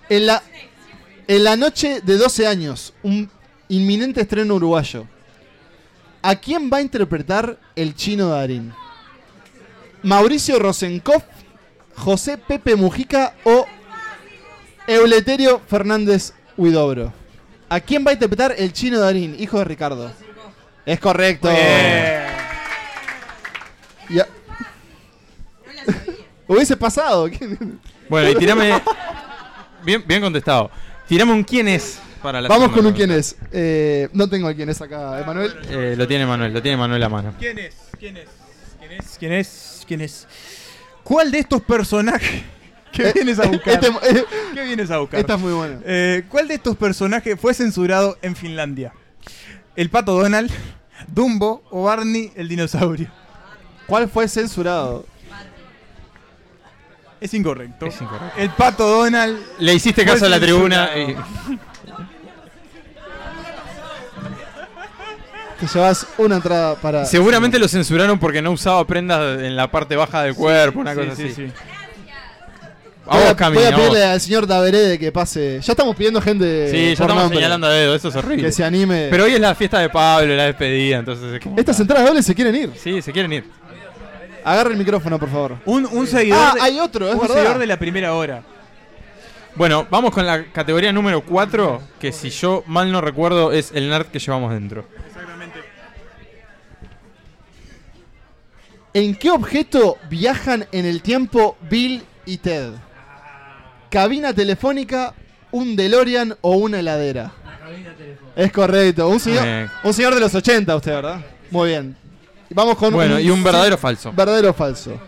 [SPEAKER 2] En la, en la noche de 12 años, un inminente estreno uruguayo. ¿A quién va a interpretar el chino Darín? ¿Mauricio Rosenkoff, José Pepe Mujica o Euleterio Fernández Huidobro? ¿A quién va a interpretar el chino Darín, hijo de Ricardo? Es correcto.
[SPEAKER 1] Eh,
[SPEAKER 3] Bien.
[SPEAKER 2] Y a- Hubiese pasado.
[SPEAKER 1] Bueno, y tirame. Bien, bien contestado. Tirame un quién es para la
[SPEAKER 2] Vamos
[SPEAKER 1] segunda
[SPEAKER 2] con un
[SPEAKER 1] pregunta.
[SPEAKER 2] quién es. Eh, no tengo el quién es
[SPEAKER 3] Ah,
[SPEAKER 2] acá, Emanuel.
[SPEAKER 1] Eh, lo tiene Manuel, lo tiene Manuel a mano.
[SPEAKER 3] ¿Quién es? ¿Quién es? ¿Quién es? ¿Quién es? ¿Quién es? ¿Cuál de estos personajes? ¿Qué
[SPEAKER 2] Eh,
[SPEAKER 3] vienes a buscar?
[SPEAKER 2] Este- eh,
[SPEAKER 3] ¿Qué vienes a buscar?
[SPEAKER 2] esta es muy buena.
[SPEAKER 3] Eh, ¿Cuál de estos personajes fue censurado en Finlandia? ¿El pato Donald, Dumbo o Barney el dinosaurio?
[SPEAKER 2] ¿Cuál fue censurado?
[SPEAKER 3] Es incorrecto.
[SPEAKER 1] Es incorrecto.
[SPEAKER 3] El pato Donald.
[SPEAKER 1] Le hiciste caso a la
[SPEAKER 3] Pues,
[SPEAKER 1] tribuna.
[SPEAKER 3] no.
[SPEAKER 1] y-
[SPEAKER 2] Te llevas una entrada para.
[SPEAKER 1] Seguramente lo censuraron porque no usaba prendas en la parte baja del cuerpo, una
[SPEAKER 3] Sí,
[SPEAKER 1] cosa
[SPEAKER 3] sí,
[SPEAKER 1] así.
[SPEAKER 3] sí.
[SPEAKER 1] A
[SPEAKER 2] Voy
[SPEAKER 1] vos,
[SPEAKER 2] a,
[SPEAKER 1] Camila,
[SPEAKER 2] voy a
[SPEAKER 1] a
[SPEAKER 2] pedirle
[SPEAKER 1] vos.
[SPEAKER 2] al señor Taberé de que pase. Ya estamos pidiendo gente.
[SPEAKER 1] Sí, ya
[SPEAKER 2] por
[SPEAKER 1] estamos
[SPEAKER 2] nombre.
[SPEAKER 1] señalando a dedo, eso es horrible.
[SPEAKER 2] Que se anime.
[SPEAKER 1] Pero hoy es la fiesta de Pablo, la despedida, entonces. es como-
[SPEAKER 2] Estas entradas dobles se quieren ir.
[SPEAKER 1] Sí, se quieren ir.
[SPEAKER 2] Agarra el micrófono, por favor.
[SPEAKER 3] Un, un seguidor.
[SPEAKER 2] Ah,
[SPEAKER 3] de-
[SPEAKER 2] hay otro, es
[SPEAKER 3] un
[SPEAKER 2] verdad.
[SPEAKER 3] seguidor de la primera hora.
[SPEAKER 1] Bueno, vamos con la categoría número 4, que si yo mal no recuerdo es el nerd que llevamos dentro.
[SPEAKER 2] ¿En qué objeto viajan en el tiempo Bill y Ted? ¿Cabina telefónica, un DeLorean o una heladera? Es correcto. Un señor,
[SPEAKER 1] Bien.
[SPEAKER 2] un señor de los 80, usted, ¿verdad? Muy bien. Y Vamos con
[SPEAKER 1] Bueno, y un verdadero
[SPEAKER 2] sí,
[SPEAKER 1] falso.
[SPEAKER 2] verdadero o falso.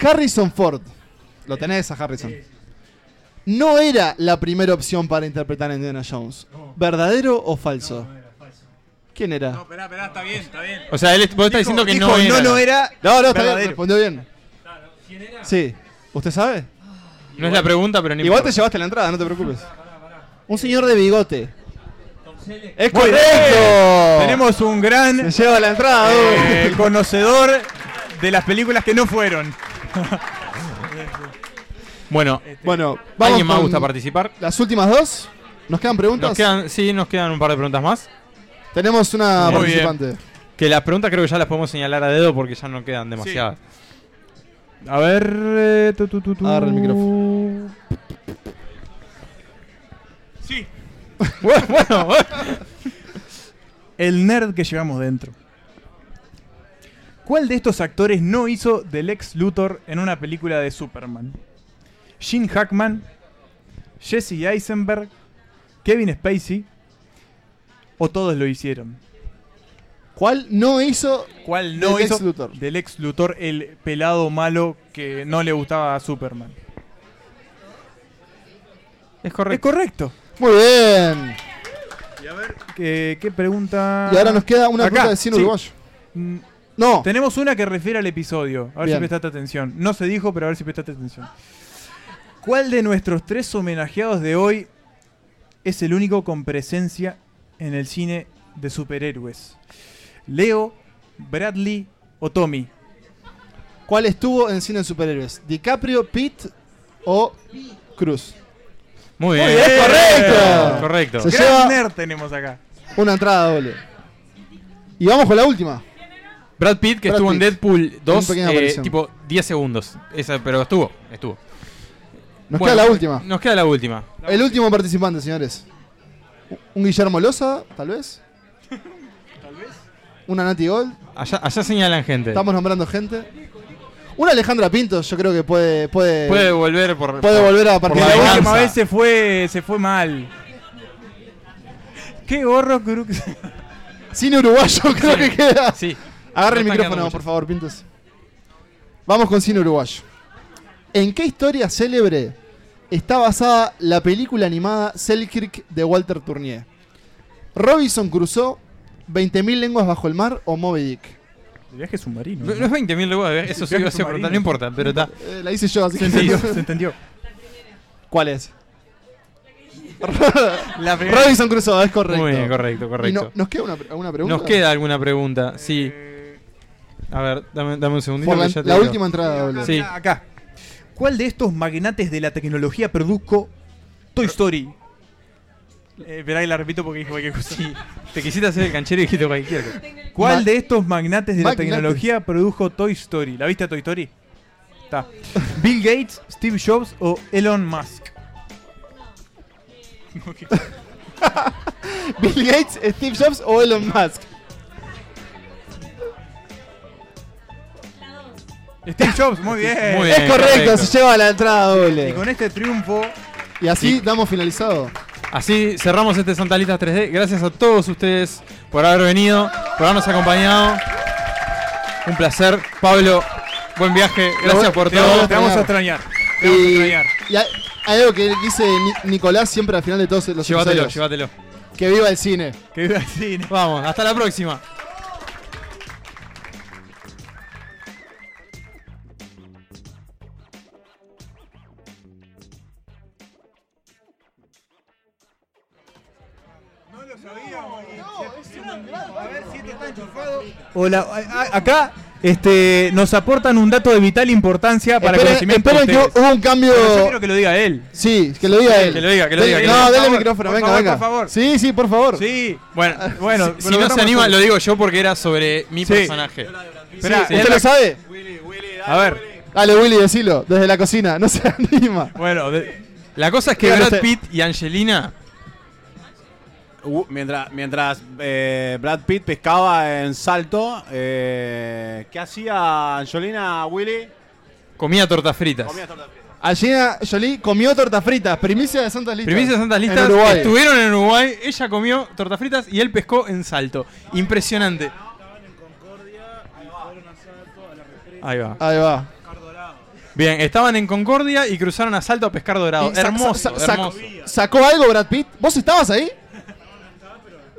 [SPEAKER 2] Harrison Ford. Lo tenés a Harrison. No era la primera opción para interpretar a Indiana Jones. ¿Verdadero o falso? ¿Quién era?
[SPEAKER 3] Esperá, esperá, está bien, está bien.
[SPEAKER 1] O sea, él, est- vos estás diciendo que
[SPEAKER 3] Dijo,
[SPEAKER 1] no era.
[SPEAKER 3] No, no era.
[SPEAKER 2] No, no, está bien,
[SPEAKER 3] verdadero.
[SPEAKER 2] respondió bien. Sí. ¿Usted sabe?
[SPEAKER 1] No es la pregunta, pero ni
[SPEAKER 2] Igual te llevaste la entrada, no te preocupes. Un señor de bigote. ¡Es
[SPEAKER 3] Muy bien.
[SPEAKER 2] correcto!
[SPEAKER 3] Tenemos un gran
[SPEAKER 2] Se lleva la entrada,
[SPEAKER 3] eh,
[SPEAKER 2] Dudu.
[SPEAKER 3] conocedor de las películas que no fueron.
[SPEAKER 1] Bueno,
[SPEAKER 2] Bueno, Eh, vamos
[SPEAKER 1] ¿alguien más
[SPEAKER 2] con
[SPEAKER 1] gusta participar?
[SPEAKER 2] Las últimas dos. ¿Nos quedan preguntas?
[SPEAKER 1] Nos quedan, sí, nos quedan un par de preguntas más.
[SPEAKER 2] Tenemos una
[SPEAKER 3] Muy bien.
[SPEAKER 2] participante.
[SPEAKER 1] Que las preguntas creo que ya las podemos señalar a dedo porque ya no quedan demasiadas.
[SPEAKER 3] A ver. eh, tu, tu, tu, tu.
[SPEAKER 2] Agarra el micrófono.
[SPEAKER 3] Sí.
[SPEAKER 1] Bueno, bueno, bueno.
[SPEAKER 3] El nerd que llevamos dentro. ¿Cuál de estos actores no hizo del ex Luthor en una película de Superman? Gene Hackman, Jesse Eisenberg, Kevin Spacey o todos lo hicieron.
[SPEAKER 2] ¿Cuál no hizo?
[SPEAKER 3] ¿Cuál no
[SPEAKER 2] Del
[SPEAKER 3] hizo
[SPEAKER 2] Lex Luthor.
[SPEAKER 3] del ex Luthor el pelado malo que no le gustaba a Superman?
[SPEAKER 1] Es
[SPEAKER 3] Es
[SPEAKER 1] correcto.
[SPEAKER 3] correcto.
[SPEAKER 2] Muy bien.
[SPEAKER 3] ¿Qué, qué pregunta?
[SPEAKER 2] Y ahora nos queda una
[SPEAKER 3] Acá,
[SPEAKER 2] pregunta de cine
[SPEAKER 3] sí.
[SPEAKER 2] uruguayo.
[SPEAKER 3] Mm,
[SPEAKER 2] No.
[SPEAKER 3] Tenemos una que refiere al episodio. A ver
[SPEAKER 2] Bien.
[SPEAKER 3] si prestaste atención. No se dijo, pero a ver si prestaste atención. ¿Cuál de nuestros tres homenajeados de hoy es el único con presencia en el cine de superhéroes? ¿Leo, Bradley o Tommy?
[SPEAKER 2] ¿Cuál estuvo en cine de superhéroes? ¿DiCaprio, Pitt o Cruz?
[SPEAKER 1] Muy bien.
[SPEAKER 2] bien, correcto.
[SPEAKER 1] Correcto.
[SPEAKER 2] Se lleva
[SPEAKER 3] Gran nerd tenemos acá.
[SPEAKER 2] una entrada doble. Y vamos con la última.
[SPEAKER 1] Brad Pitt, que
[SPEAKER 2] Brad
[SPEAKER 1] estuvo
[SPEAKER 2] Pitt.
[SPEAKER 1] en Deadpool 2,
[SPEAKER 2] pequeña
[SPEAKER 1] eh,
[SPEAKER 2] aparición.
[SPEAKER 1] tipo 10 segundos. Esa, pero estuvo, estuvo.
[SPEAKER 2] Nos
[SPEAKER 1] Bueno,
[SPEAKER 2] queda la última.
[SPEAKER 1] Nos queda la última.
[SPEAKER 2] El último participante, señores. Un Guillermo Loza, tal vez. Una Nati Gold.
[SPEAKER 1] Allá, allá señalan gente.
[SPEAKER 2] Estamos nombrando gente. Una Alejandra Pinto, yo creo que puede. Puede,
[SPEAKER 1] Puede volver por.
[SPEAKER 2] eh, puede
[SPEAKER 1] por-
[SPEAKER 2] volver a
[SPEAKER 1] por
[SPEAKER 2] partir
[SPEAKER 1] la
[SPEAKER 2] de
[SPEAKER 3] La
[SPEAKER 2] ahora.
[SPEAKER 1] venganza.
[SPEAKER 3] última vez se fue, se fue mal. ¿Qué gorro, Crux?
[SPEAKER 2] Cine uruguayo creo que queda.
[SPEAKER 1] Sí.
[SPEAKER 2] Agarre el
[SPEAKER 1] No está
[SPEAKER 2] micrófono,
[SPEAKER 1] quedando
[SPEAKER 2] por favor, Pintos. Vamos con cine uruguayo. ¿En qué historia célebre está basada la película animada Selkirk de Walter Tournier? ¿Robinson Crusoe, 20.000 lenguas bajo el mar o Moby Dick?
[SPEAKER 3] El viaje submarino.
[SPEAKER 1] No, no es 20.000 lugares, ¿eh? eso sí
[SPEAKER 3] Viaje
[SPEAKER 1] iba a ser
[SPEAKER 3] submarino.
[SPEAKER 1] preguntar, no importa, pero está.
[SPEAKER 2] Eh, la hice yo, así
[SPEAKER 3] Se
[SPEAKER 2] que...
[SPEAKER 3] entendió, se entendió.
[SPEAKER 2] ¿Cuál es?
[SPEAKER 1] La
[SPEAKER 2] Robinson Crusoe, es correcto.
[SPEAKER 1] Muy bien, correcto,
[SPEAKER 2] Y no-
[SPEAKER 1] correcto.
[SPEAKER 2] ¿Nos queda una, alguna pregunta?
[SPEAKER 1] Nos queda alguna pregunta, sí. A ver, dame, dame un segundito.
[SPEAKER 2] Por la,
[SPEAKER 1] que ya te
[SPEAKER 2] la
[SPEAKER 1] digo.
[SPEAKER 2] última entrada, doble.
[SPEAKER 1] Sí.
[SPEAKER 3] Acá, acá. ¿Cuál de estos magnates de la tecnología produjo Toy Story? verá, y Eh, la repito porque dijo cualquier cosa.
[SPEAKER 1] Te quisiste hacer el canchero y dijiste cualquier cosa.
[SPEAKER 3] ¿Cuál
[SPEAKER 2] Ma-
[SPEAKER 3] de estos magnates de
[SPEAKER 2] Magnates.
[SPEAKER 3] la tecnología produjo Toy Story? ¿La viste a Toy Story? Está. ¿Bill Gates, Steve Jobs o Elon Musk?
[SPEAKER 2] Bill Gates, Steve Jobs o Elon Musk.
[SPEAKER 3] Steve Jobs, muy bien.
[SPEAKER 1] Muy bien.
[SPEAKER 2] es correcto,
[SPEAKER 1] correcto.
[SPEAKER 2] se lleva la entrada doble.
[SPEAKER 3] Y con este triunfo,
[SPEAKER 2] Y así damos finalizado.
[SPEAKER 1] Así cerramos este Santa Listas 3D. Gracias a todos ustedes por haber venido, por habernos acompañado. Un placer. Pablo, buen viaje. Gracias por
[SPEAKER 3] te vamos,
[SPEAKER 1] todo.
[SPEAKER 3] te vamos a extrañar. Te vamos a
[SPEAKER 2] Y,
[SPEAKER 3] extrañar.
[SPEAKER 2] y hay, hay algo que dice Ni- Nicolás siempre al final de todos los
[SPEAKER 1] Llévatelo,
[SPEAKER 2] episodios.
[SPEAKER 1] llévatelo.
[SPEAKER 2] Que viva el cine.
[SPEAKER 3] Que viva el cine.
[SPEAKER 1] Vamos, hasta la próxima.
[SPEAKER 3] Hola, a- a- acá este, nos aportan un dato de vital importancia para
[SPEAKER 2] Esperen-
[SPEAKER 3] conocimiento de
[SPEAKER 2] esperen que
[SPEAKER 3] ustedes.
[SPEAKER 2] hubo un cambio.
[SPEAKER 3] Pero yo quiero que lo diga él.
[SPEAKER 2] Sí, que lo diga él.
[SPEAKER 1] Que lo diga, que lo
[SPEAKER 2] Dele-
[SPEAKER 1] diga, que lo
[SPEAKER 2] No,
[SPEAKER 1] diga.
[SPEAKER 2] dale el
[SPEAKER 3] Por
[SPEAKER 2] micrófono,
[SPEAKER 3] favor,
[SPEAKER 2] venga,
[SPEAKER 3] por
[SPEAKER 2] venga.
[SPEAKER 3] favor.
[SPEAKER 2] Sí, sí, por favor.
[SPEAKER 3] Sí,
[SPEAKER 1] Bueno,
[SPEAKER 3] bueno,
[SPEAKER 1] si
[SPEAKER 3] lo
[SPEAKER 1] no se
[SPEAKER 3] logramos
[SPEAKER 1] anima,
[SPEAKER 3] todo.
[SPEAKER 1] lo digo yo porque era sobre mi
[SPEAKER 3] Sí.
[SPEAKER 1] personaje.
[SPEAKER 3] espera,
[SPEAKER 1] sí,
[SPEAKER 2] ¿Usted
[SPEAKER 1] es
[SPEAKER 2] lo sabe?
[SPEAKER 3] a ver.
[SPEAKER 2] Dale, Willy, decilo. Desde la cocina, no se anima.
[SPEAKER 3] Bueno, de-
[SPEAKER 1] La cosa es que
[SPEAKER 2] Dígalo
[SPEAKER 1] Brad
[SPEAKER 2] usted.
[SPEAKER 1] Pitt y Angelina.
[SPEAKER 4] Uh, mientras mientras eh, Brad Pitt pescaba en salto, eh, ¿qué hacía Angelina Willy?
[SPEAKER 1] Comía tortas fritas.
[SPEAKER 4] Comía torta frita.
[SPEAKER 2] Allá ah, Jolie comió tortas fritas, primicia de Santa Lista.
[SPEAKER 1] Primicia de Santas Listas
[SPEAKER 2] En Uruguay.
[SPEAKER 1] estuvieron en Uruguay, ella comió tortas fritas y él pescó en salto. Impresionante. Ahí va.
[SPEAKER 2] Ahí va.
[SPEAKER 1] Bien, estaban en Concordia y cruzaron a salto a pescar dorado.
[SPEAKER 2] Y sa-
[SPEAKER 1] Hermoso,
[SPEAKER 2] sa- sa-
[SPEAKER 1] hermoso.
[SPEAKER 2] sacó- ¿Sacó algo Brad Pitt? ¿Vos estabas ahí?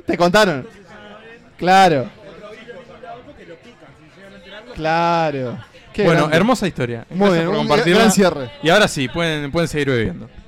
[SPEAKER 2] Te contaron. Claro. Claro. Qué
[SPEAKER 1] bueno,
[SPEAKER 2] grande.
[SPEAKER 1] hermosa historia.
[SPEAKER 2] Muy
[SPEAKER 1] Gracias
[SPEAKER 2] bien,
[SPEAKER 1] por
[SPEAKER 2] un
[SPEAKER 1] compartirla.
[SPEAKER 2] gran cierre.
[SPEAKER 1] Y ahora sí, pueden, pueden seguir bebiendo.